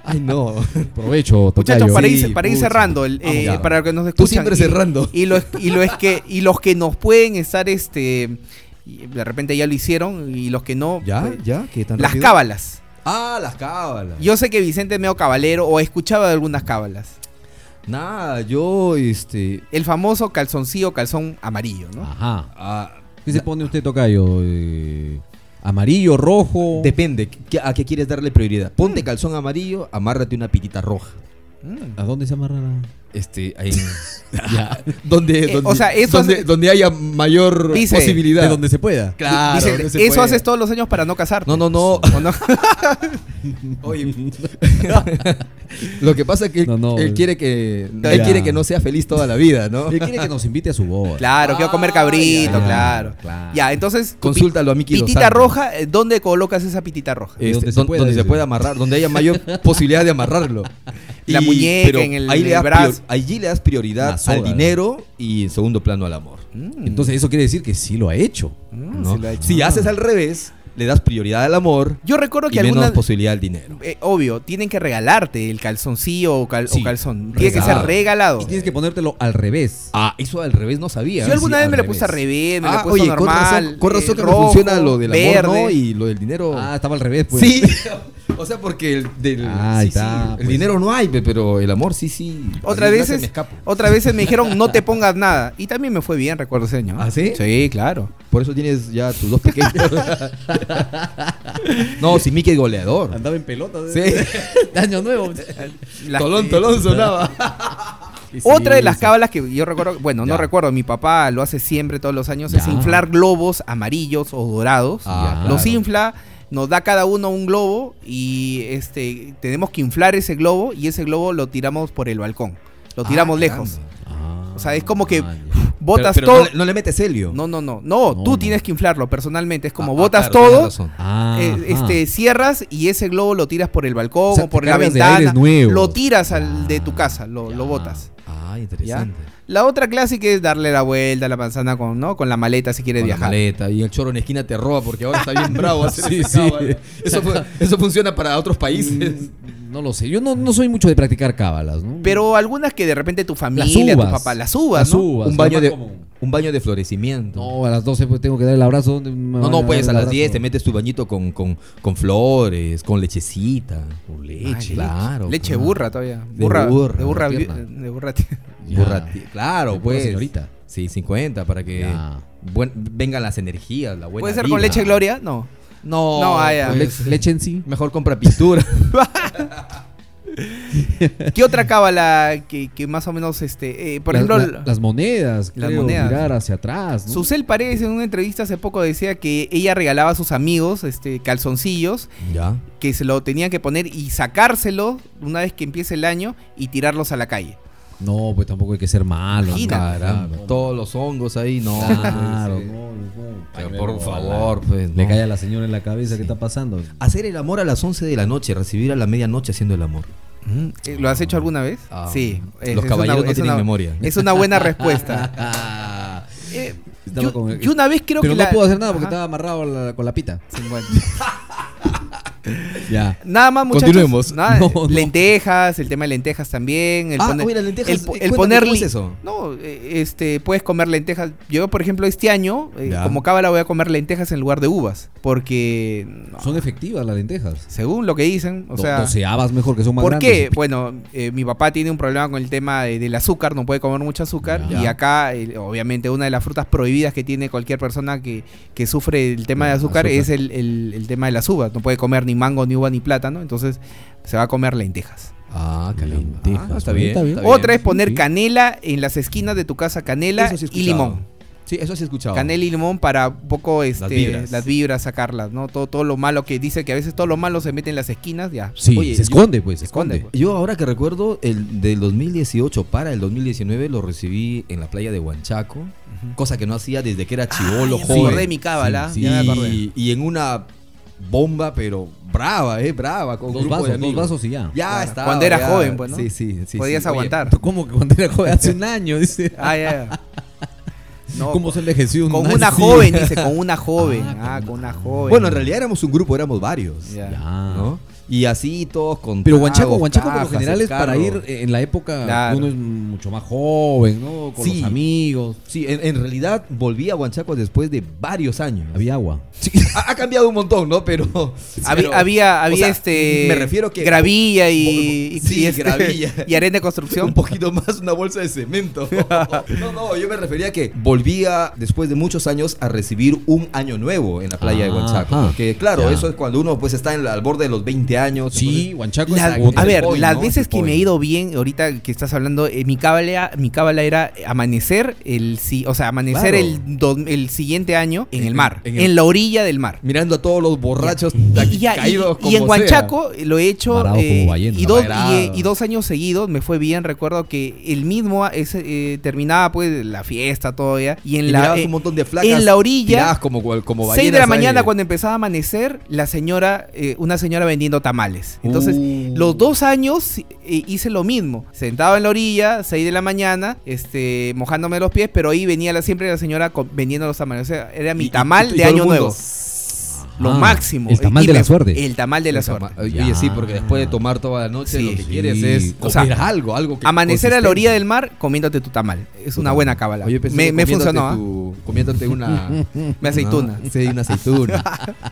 S4: Ay, no.
S3: Provecho,
S2: Muchachos,
S3: tocayo.
S2: para
S4: Sí,
S2: ir, para ir
S4: pucha.
S2: cerrando, el, eh,
S4: Vamos, ya.
S2: para que nos escuchan.
S4: Tú siempre
S2: y-
S4: cerrando.
S2: Y los, y, lo es que, y los que nos pueden estar, este, y de repente ya lo hicieron y los que no,
S4: ¿Ya?
S2: pues,
S4: ¿Ya? ¿Qué tan
S2: las
S4: rápido?
S2: cábalas.
S4: Ah, las cábalas.
S2: Yo sé que Vicente es medio cabalero o escuchaba de algunas cábalas.
S4: Nada, yo, este.
S2: El famoso calzoncillo, calzón amarillo, ¿no?
S3: Ajá.
S4: ah,
S3: ¿Qué se pone usted, tocayo? Eh, amarillo, rojo.
S4: depende, ¿qué- ¿a qué quieres darle prioridad?
S2: Hmm.
S4: Ponte calzón amarillo, amárrate una pitita roja.
S2: Mm.
S3: ¿A dónde se amarra la-
S4: Este, ahí. ya. Donde,
S2: Eh,
S4: donde,
S2: o sea, eso
S4: donde,
S2: hace-
S4: donde haya mayor
S2: Dice,
S4: posibilidad.
S3: De donde se pueda.
S4: Claro,
S2: Dice,
S4: donde
S2: eso
S4: se pueda.
S2: haces todos los años para no casarte.
S4: No, no, no.
S2: ¿O no?
S4: Oye, lo que pasa es que
S3: No, no. eh.
S4: él quiere que
S3: Ya.
S4: él quiere que no sea feliz toda la vida, ¿no?
S3: Él quiere que nos invite a su boda.
S2: Claro, quiero comer
S4: Ah,
S2: cabrito,
S4: ya,
S2: claro.
S3: claro.
S2: Ya, entonces. tu
S4: Consúltalo a Miki
S2: pi-
S4: Dos
S2: Pitita
S4: Santos.
S2: roja, eh, ¿dónde colocas esa pitita roja?
S4: Este,
S3: donde se
S4: don-
S3: pueda,
S4: donde se
S3: dice.
S4: pueda amarrar, donde haya mayor posibilidad de amarrarlo.
S2: La muñeca, en el- en el
S4: das
S2: brazo.
S4: Entonces, allí le das prioridad
S3: La soga,
S4: al dinero y en segundo plano al amor.
S2: Mm.
S3: Entonces eso quiere decir que sí lo ha hecho.
S2: Mm,
S4: ¿no?
S2: se la ha hecho.
S4: Si haces al revés, le das prioridad al amor
S2: Yo recuerdo
S4: y
S2: que algunas.
S4: menos posibilidad al dinero.
S2: eh, obvio, tienen que regalarte el calzoncillo o, cal- o
S4: Sí,
S2: calzón. Tiene que ser
S4: regalado.
S2: regalado.
S3: Y tienes que ponértelo al revés.
S4: Ah, eso al revés no sabía.
S2: Yo alguna
S4: Sí,
S2: vez
S4: al
S2: me lo
S4: revés.
S2: puse al revés, me
S4: Ah,
S2: lo puse
S4: oye, con
S2: normal.
S4: razón, con
S2: eh,
S4: razón que
S2: rojo,
S4: no funciona lo del amor,
S2: verde.
S4: ¿no? Y lo del dinero.
S3: Ah, estaba al revés. Pues.
S4: Oh. sí. o sea, porque el del
S3: Ah,
S4: sí,
S3: está,
S4: sí, el
S3: pues.
S4: dinero no hay, pe- pero el amor sí, sí.
S2: Otras
S4: Ahí no se me
S2: veces,
S4: escapo.
S2: otras veces me dijeron no te pongas nada. Y también me fue bien, recuerdo ese año.
S4: ¿Ah, sí?
S2: Sí, claro.
S4: Por eso tienes ya tus dos pequeños. no, si Mickey es goleador.
S3: Andaba en ¿eh? pelota.
S4: Sí.
S3: Año nuevo.
S2: Las-
S4: Tolón, Tolón sonaba.
S2: Otra de las cábalas que yo recuerdo, bueno, no
S4: Ya.
S2: recuerdo, mi papá lo hace siempre todos los años, es
S3: Ya.
S2: inflar globos amarillos o dorados.
S4: Ah,
S2: Los
S4: claro.
S2: infla, nos da cada uno un globo y este tenemos que inflar ese globo y ese globo lo tiramos por el balcón.
S4: Ah,
S2: Lo tiramos lejos.
S3: Ah,
S2: O sea, es como que- Botas
S4: Pero- pero
S2: todo.
S4: No, le- no le metes helio.
S2: No, no, no, no.
S3: No,
S2: tú
S3: no.
S2: tienes que inflarlo personalmente. Es como
S4: Ah,
S2: botas
S4: claro, tienes
S2: todo,
S4: razón.
S2: eh, este, cierras y ese globo lo tiras por el balcón
S3: O sea,
S2: o por
S3: te
S2: la
S3: cargas de aires
S2: ventana.
S3: nuevos.
S2: Lo tiras al de tu
S3: Ah,
S2: casa, lo, lo botas.
S4: Ah,
S2: ¿ya?
S4: interesante.
S2: La otra clásica es darle la vuelta a la manzana con, ¿no? con la maleta si quieres
S4: Con la
S2: viajar.
S4: maleta y el choro en esquina te roba porque ahora está bien bravo. hacer
S3: Sí,
S4: esa
S3: sí.
S4: cábala. Eso, fu- eso funciona para otros países.
S2: Mm.
S3: No lo sé. Yo no, no soy mucho de practicar cábalas, ¿no?
S2: Pero algunas que de repente tu
S3: Las
S2: familia, tu
S3: uvas.
S2: papá, las uvas, ¿no?
S4: un baño
S3: lo
S4: de
S3: más común.
S4: un baño de florecimiento.
S3: No, a las 12 pues, tengo que dar el abrazo. ¿dónde me
S4: No,
S3: van
S4: no,
S3: dar
S4: pues
S3: el
S4: a las
S3: abrazo?
S4: 10 te metes tu bañito con, con, con flores, con lechecita. Con
S2: leche.
S4: claro.
S2: Leche
S4: claro.
S2: burra todavía.
S4: De
S2: Burra,
S4: burra,
S2: de burra,
S3: de
S2: vi-
S3: pierna.
S2: de burra ti-
S3: Ya.
S4: Burra, ti- claro,
S3: De pura
S4: pues.
S3: señorita.
S4: Sí, 50 para que
S3: Ya.
S4: buen- vengan las energías, la buena
S2: ¿Puede ser con
S4: vibra.
S2: leche gloria? No.
S4: No,
S2: No, ah, ya.
S4: pues,
S3: Le- leche en sí.
S4: mejor compra pintura.
S2: ¿Qué otra cábala que, que más o menos, este, eh, por
S3: La-
S2: ejemplo,
S3: la- las monedas.
S2: Las
S3: creo,
S2: monedas.
S3: Mirar hacia atrás. ¿no?
S2: Susel Paredes en una entrevista hace poco decía que ella regalaba a sus amigos este, calzoncillos
S4: ya.
S2: que se lo tenían que poner y sacárselo una vez que empiece el año y tirarlos a la calle.
S3: No, pues tampoco hay que ser malo. ¿no?
S2: Imagínate.
S4: Caramba,
S3: Caramba.
S4: todos los hongos ahí, no.
S3: Claro,
S4: pues, eh.
S3: no, no.
S4: Pero
S3: Ay,
S4: por
S3: luego,
S4: favor,
S3: ala.
S4: pues,
S3: Le
S4: no.
S3: cae a la señora en la cabeza, ¿qué está pasando?
S4: Hacer el amor a las 11 de la noche, recibir a la medianoche haciendo el amor.
S2: Eh, ¿Lo has hecho alguna vez?
S4: Mm. Ah.
S2: sí.
S4: Los
S2: una-
S4: caballeros no tienen
S2: una-
S4: memoria.
S2: Es una buena respuesta.
S3: Ah,
S2: Eh,
S3: Estaba
S2: yo,
S3: con el-
S2: yo una vez creo
S3: pero
S2: que
S3: no
S2: la-
S3: pudo hacer nada porque
S2: Ajá.
S3: estaba amarrado a la- con la pita.
S2: 50.
S3: Ya.
S2: Nada más, muchachos.
S4: Continuemos.
S2: nada,
S3: No, no.
S2: Lentejas, el tema de lentejas también. El
S4: Ah,
S2: poner-
S4: oye, las lentejas,
S2: el
S4: eh,
S2: po- El,
S4: cuéntame,
S2: poner
S4: ¿cómo es
S2: li-
S4: eso?
S2: No, eh, este, puedes comer lentejas. Yo, por ejemplo, este año, eh,
S4: Ya.
S2: como cábala, voy a comer lentejas en lugar de uvas. Porque, no,
S3: Son efectivas las lentejas.
S2: según lo que dicen, o
S3: Do-
S2: sea...
S3: doceavas mejor que son más
S2: ¿Por
S3: grandes.
S2: qué? Bueno, eh, mi papá tiene un problema con el tema de- del azúcar, no puede comer mucho azúcar.
S3: Ya.
S2: Y acá, eh, obviamente, una de las frutas prohibidas que tiene cualquier persona que, que sufre el tema de
S3: Ya,
S2: azúcar,
S3: azúcar.
S2: es el, el- el tema de las uvas. No puede comer ni mango, ni uva, ni plátano. Entonces, se va a comer lentejas.
S4: Ah,
S3: Lentejas, pues.
S4: Ah, está
S3: bueno,
S4: bien.
S3: está bien.
S4: está bien.
S2: Otra es poner
S3: sí.
S2: canela en las esquinas de tu casa, canela
S4: Eso sí he
S2: y
S4: escuchado.
S2: limón.
S4: Sí, eso sí he escuchado.
S2: Canela y limón para un poco este, las, vibras.
S4: vibras.
S2: sacarlas, ¿no? Todo, todo lo malo que dice que a veces todo lo malo se mete en las esquinas, ya.
S3: Sí,
S4: Oye,
S3: se
S4: yo-
S3: esconde, pues, se
S2: esconde,
S3: esconde.
S2: pues.
S4: Yo ahora que recuerdo, el del 2018 para el 2019 lo recibí en la playa de Huanchaco, cosa que no hacía desde que era chivolo,
S2: Ah, ya me
S4: joven.
S2: acordé de mi cábala,
S4: Sí,
S2: ya me
S4: sí.
S2: acordé.
S4: Y, y en una bomba, pero brava, eh, brava, con un
S3: Dos
S4: grupo de
S3: vasos, dos
S4: amigos.
S3: vasos y ya.
S4: Ya
S2: Claro,
S4: estaba.
S2: cuando era
S4: ya.
S2: joven, pues, ¿no?
S4: Sí, sí, sí.
S2: Podías
S4: sí. Oye,
S2: aguantar.
S3: ¿Cómo que cuando era joven? Hace un año, dice.
S2: Ah, ya, ya. No,
S3: ¿Cómo se envejeció un
S2: Con
S3: año?
S2: una
S3: Sí.
S2: joven, dice, con una joven. Ah,
S3: Ah,
S2: con una joven.
S4: Bueno, en realidad éramos un grupo, éramos varios.
S2: Ya.
S3: Ya.
S4: ¿no? Y así todos con.
S3: Pero
S4: tragos,
S3: Huanchaco, Huanchaco por lo
S4: cajas,
S3: general
S4: el
S3: es para
S4: carro.
S3: ir eh, en la época
S2: Claro.
S3: uno es mucho más joven, ¿no? Con
S4: Sí.
S3: los amigos.
S4: Sí, en, en realidad volví a Huanchaco después de varios años.
S3: Había agua.
S4: Sí, ha, ha cambiado un montón, ¿no? Pero.
S2: había,
S4: pero-
S2: había, había
S4: o sea,
S2: este.
S4: Me refiero que.
S2: Gravilla y. y-
S4: Sí,
S2: y este-
S4: gravilla.
S2: Y arena de construcción.
S4: Un poquito más una bolsa de cemento. No, no, yo me refería que volvía después de muchos años a recibir un año nuevo en la playa de
S3: Ajá.
S4: Huanchaco. Porque, claro,
S3: Ya.
S4: eso es cuando uno pues está en la- al borde de los 20 años.
S3: Sí, Huanchaco
S2: La-
S3: es algo-
S2: a ver,
S4: Boy,
S2: las
S4: ¿no?
S2: veces que
S4: Boy.
S2: me he ido bien, ahorita que estás hablando, eh, mi cábala mi cábala era amanecer el si- o sea, amanecer
S4: Claro.
S2: el, do- el siguiente año en
S4: En-
S2: el mar, en,
S4: en el-
S2: la orilla del mar.
S4: Mirando a todos los borrachos aquí
S2: Y, ya, y-
S4: caídos
S2: y en
S4: como sea.
S2: Huanchaco lo he hecho
S3: Varado
S2: eh,
S3: como ballena.
S2: y, dos, y,
S4: Varado.
S2: y dos años seguidos me fue bien recuerdo que el mismo ese, eh, terminaba pues la fiesta todavía y en
S4: Y
S2: la
S4: mirabas
S2: eh,
S4: un montón de flacas.
S2: en la orilla,
S4: tiradas como, como
S2: 6 de la
S4: ballenas ahí.
S2: mañana cuando empezaba a amanecer la señora eh, una señora vendiendo tamales. Entonces,
S4: Uh.
S2: los dos años eh, hice lo mismo. Sentado en la orilla, 6 de la mañana, este, mojándome los pies, pero ahí venía la, siempre la señora co- vendiendo los tamales. O sea, era mi tamal de año nuevo. Lo
S3: Ah,
S2: máximo.
S3: el tamal
S2: Y
S3: de
S2: me-
S3: la suerte.
S2: El tamal de la
S4: Esa-
S2: suerte.
S4: Oye,
S3: Ya.
S4: sí, porque después de tomar toda la noche
S2: Sí.
S4: lo que quieres
S3: Sí.
S4: es
S2: O
S4: comer
S2: sea,
S4: algo, algo que
S2: Amanecer a la
S4: eh, consistente.
S2: orilla del mar comiéndote tu tamal. Es una buena cábala.
S4: Oye, pensé
S2: Me,
S4: que
S2: me
S4: comiéndote
S2: funcionó, ¿ah?
S4: tu- comiéndote una
S2: Me aceituna.
S4: Ah, sí, una aceituna.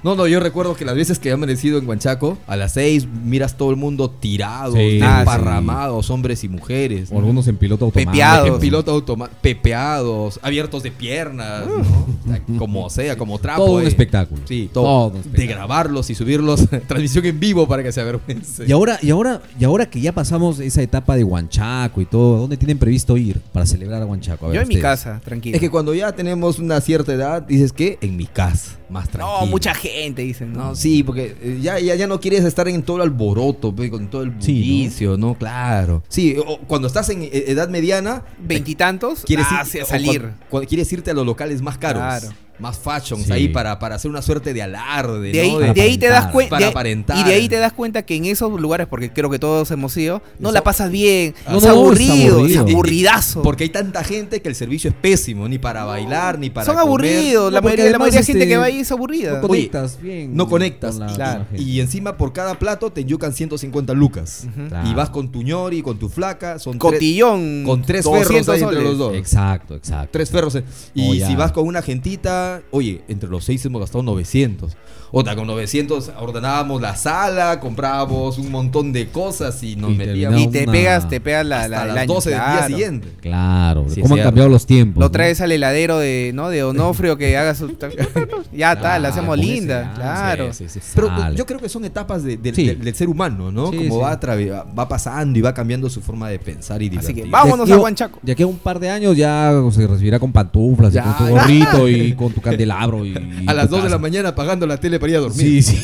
S4: No, no, yo recuerdo que las veces que he amanecido en Huanchaco, a las seis miras todo el mundo tirado,
S3: Sí.
S2: Ah,
S4: desparramados, hombres y mujeres.
S3: O algunos en piloto automático.
S2: Pepeados.
S4: En piloto automático, pepeados, abiertos de piernas, ¿no? O sea, como sea, como trapo.
S3: Todo un
S4: eh.
S3: espectáculo.
S4: Sí,
S3: todo.
S4: todo.
S3: un
S4: De
S3: espectáculo.
S4: grabarlos y subirlos, transmisión en vivo para que se avergüence.
S3: Y ahora, y ahora, y ahora que ya pasamos esa etapa de Huanchaco y todo, ¿dónde tienen previsto ir para celebrar a Huanchaco? A ver,
S2: Yo en mi
S3: ustedes.
S2: casa, tranquilo.
S4: Es que cuando ya tenemos una cierta edad, dices que en mi casa, más tranquilo.
S2: no, mucha gente dicen. No,
S4: No, sí, porque eh, ya, ya, ya no quieres estar en todo el alboroto, pe, con todo el
S3: Sí, ¿no?
S4: bullicio, ¿no? Claro. Sí, o cuando estás en eh, edad mediana,
S2: veintitantos,
S4: quieres,
S2: ah,
S4: ir-
S2: sí, a
S4: o
S2: salir.
S4: cuan- cuan- quieres irte a los locales más caros,
S2: Claro.
S4: más fashions,
S3: Sí.
S4: ahí para, para hacer una suerte de alarde,
S2: De ahí,
S4: ¿no?
S3: Para
S2: de ahí te das
S3: aparentar.
S2: cuenta.
S4: Para aparentar.
S2: Y de ahí te das cuenta que en esos lugares, porque creo que todos hemos ido, no
S4: Eso-
S2: la pasas bien.
S3: No,
S2: es
S3: no, no, es
S2: aburrido, es
S3: aburrido.
S2: aburridazo.
S4: Porque hay tanta gente que el servicio es pésimo, ni para bailar, ni para
S2: Son
S4: comer.
S2: aburridos. la
S3: No, porque
S2: mayoría, la
S3: además,
S2: mayoría de gente
S3: este,
S2: que va ahí es aburrida.
S3: No conectas bien.
S4: No conectas.
S3: con la-
S4: Y-
S3: con la gente.
S4: y encima por cada plato te yucan 150 lucas.
S2: Ujú.
S3: Claro.
S4: Y vas con tu ñori, con tu flaca, son tres-
S2: Cotillón.
S4: con tres
S2: 200
S4: ferros ahí entre
S2: soles.
S4: los dos.
S3: Exacto, exacto.
S4: Tres ferros. eh.
S3: Oh,
S4: Y
S3: ya.
S4: si vas con una gentita, oye, entre los seis hemos gastado 900. Otra, con 900 ordenábamos la sala, comprábamos un montón de cosas y nos
S3: Y
S4: metíamos
S3: terminamos
S2: Y te
S3: Una-
S2: pegas, te pegas la,
S4: hasta
S2: la- el
S4: las
S2: año,
S4: 12 del día
S2: claro.
S4: siguiente. Pues,
S3: Claro.
S4: Sí, es
S3: ¿Cómo han
S4: cierto.
S3: cambiado los tiempos?
S2: Lo
S3: no?
S2: traes al heladero de, ¿no? de Onofrio que haga su. Ya está, la hacemos
S4: pues,
S3: con ese,
S2: linda.
S3: ah,
S2: Claro.
S3: sí, sí, sí.
S4: Pero pues,
S3: Sale.
S4: yo creo que son etapas de- del-
S3: Sí.
S4: del, del ser humano, ¿no?
S3: Sí,
S4: Como
S3: sí.
S4: va, atra- va pasando y va cambiando su forma de pensar y
S2: Así que
S4: divertirse.
S2: vamos. vámonos
S3: De aquí
S2: a Huanchaco.
S3: De aquí a un par de años ya se recibirá con pantuflas,
S4: Ya,
S3: y con tu
S4: ya.
S3: gorrito y con tu candelabro. Y, y
S4: A las
S3: tu
S4: 2 de la
S3: casa.
S4: mañana apagando la tele para ir a
S3: Sí,
S4: dormir.
S3: sí.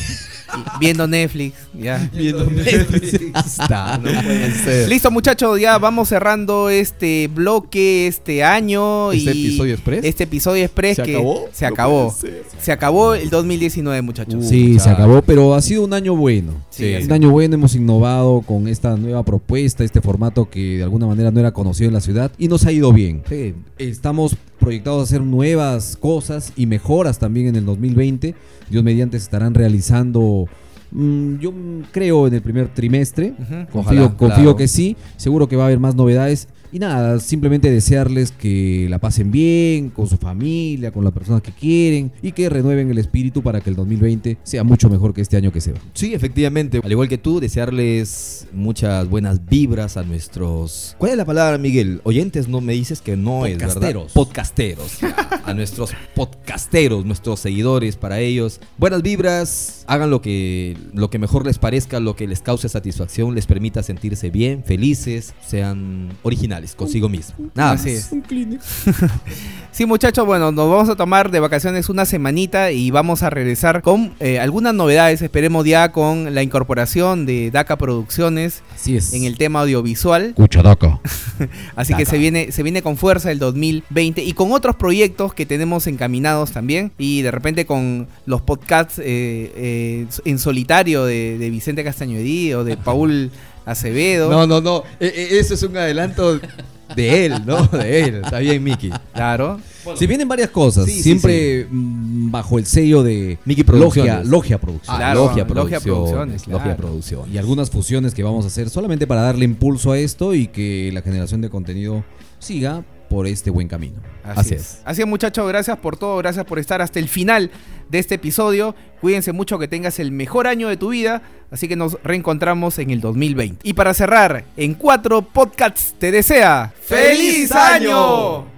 S2: Y Viendo Netflix. Ya.
S4: Viendo Netflix. Está, no puede ser.
S2: Listo muchachos, ya vamos cerrando este bloque, este año
S4: ¿Este
S2: y
S4: episodio express?
S2: Este episodio express
S4: ¿Se
S2: que
S4: acabó?
S2: se
S4: No
S2: acabó.
S4: puede ser.
S2: se acabó el 2019 muchachos.
S4: Uh,
S3: Sí, se
S4: muchachos.
S3: acabó, pero ha sido un año bueno.
S2: Sí,
S3: un año bueno, hemos innovado con esta nueva propuesta, este formato que de alguna manera no era conocido en la ciudad y nos ha ido bien. Estamos proyectados a hacer nuevas cosas y mejoras también en el 2020. Dios mediante se estarán realizando, mm, yo mm, creo, en el primer trimestre.
S2: Ujú.
S3: Confío,
S4: Ojalá,
S3: confío
S4: claro.
S3: que sí, seguro que va a haber más novedades. Y nada, simplemente desearles que la pasen bien, con su familia, con las personas que quieren y que renueven el espíritu para que el 2020 sea mucho mejor que este año que se va.
S4: Sí, efectivamente. Al igual que tú, desearles muchas buenas vibras a nuestros. ¿Cuál es la palabra, Miguel? Oyentes, no me dices que no es, ¿verdad?
S3: Podcasteros.
S4: Podcasteros. a nuestros podcasteros, nuestros seguidores, para ellos. Buenas vibras. Hagan lo que, lo que mejor les parezca, lo que les cause satisfacción, les permita sentirse bien, felices, sean originales consigo mismos. Nada
S2: Así
S4: más.
S2: es. Sí muchachos, bueno, nos vamos a tomar de vacaciones una semanita y vamos a regresar con eh, algunas novedades, esperemos ya con la incorporación de DACA Producciones
S3: Así es.
S2: en el tema audiovisual.
S3: Cuchadaca.
S2: Así que se viene, se viene con fuerza el 2020 y con otros proyectos que tenemos encaminados también. Y de repente con los podcasts eh, eh, en solitario de, de Vicente Castañuedí o de Paul Acevedo.
S4: No, no, no. E- e- eso es un adelanto de él, ¿no? De él. Está bien, Miki.
S2: Claro.
S3: Se vienen varias cosas,
S4: Sí, sí,
S3: siempre mm, bajo el sello de
S4: Mickey Producciones. Ah,
S3: Logia, Logia Producciones.
S2: Claro,
S4: Logia
S2: Logia Producciones,
S4: Producciones. Logia
S2: claro.
S4: Producciones.
S3: Y algunas fusiones que vamos a hacer solamente para darle impulso a esto y que la generación de contenido siga por este buen camino.
S2: Así,
S4: Así
S2: es.
S4: es.
S2: Así es, muchachos. Gracias por todo. Gracias por estar hasta el final de este episodio. Cuídense mucho, que tengas el mejor año de tu vida. Así que nos reencontramos en el 2020. Y para cerrar, en cuatro podcasts te desea.
S4: ¡Feliz año!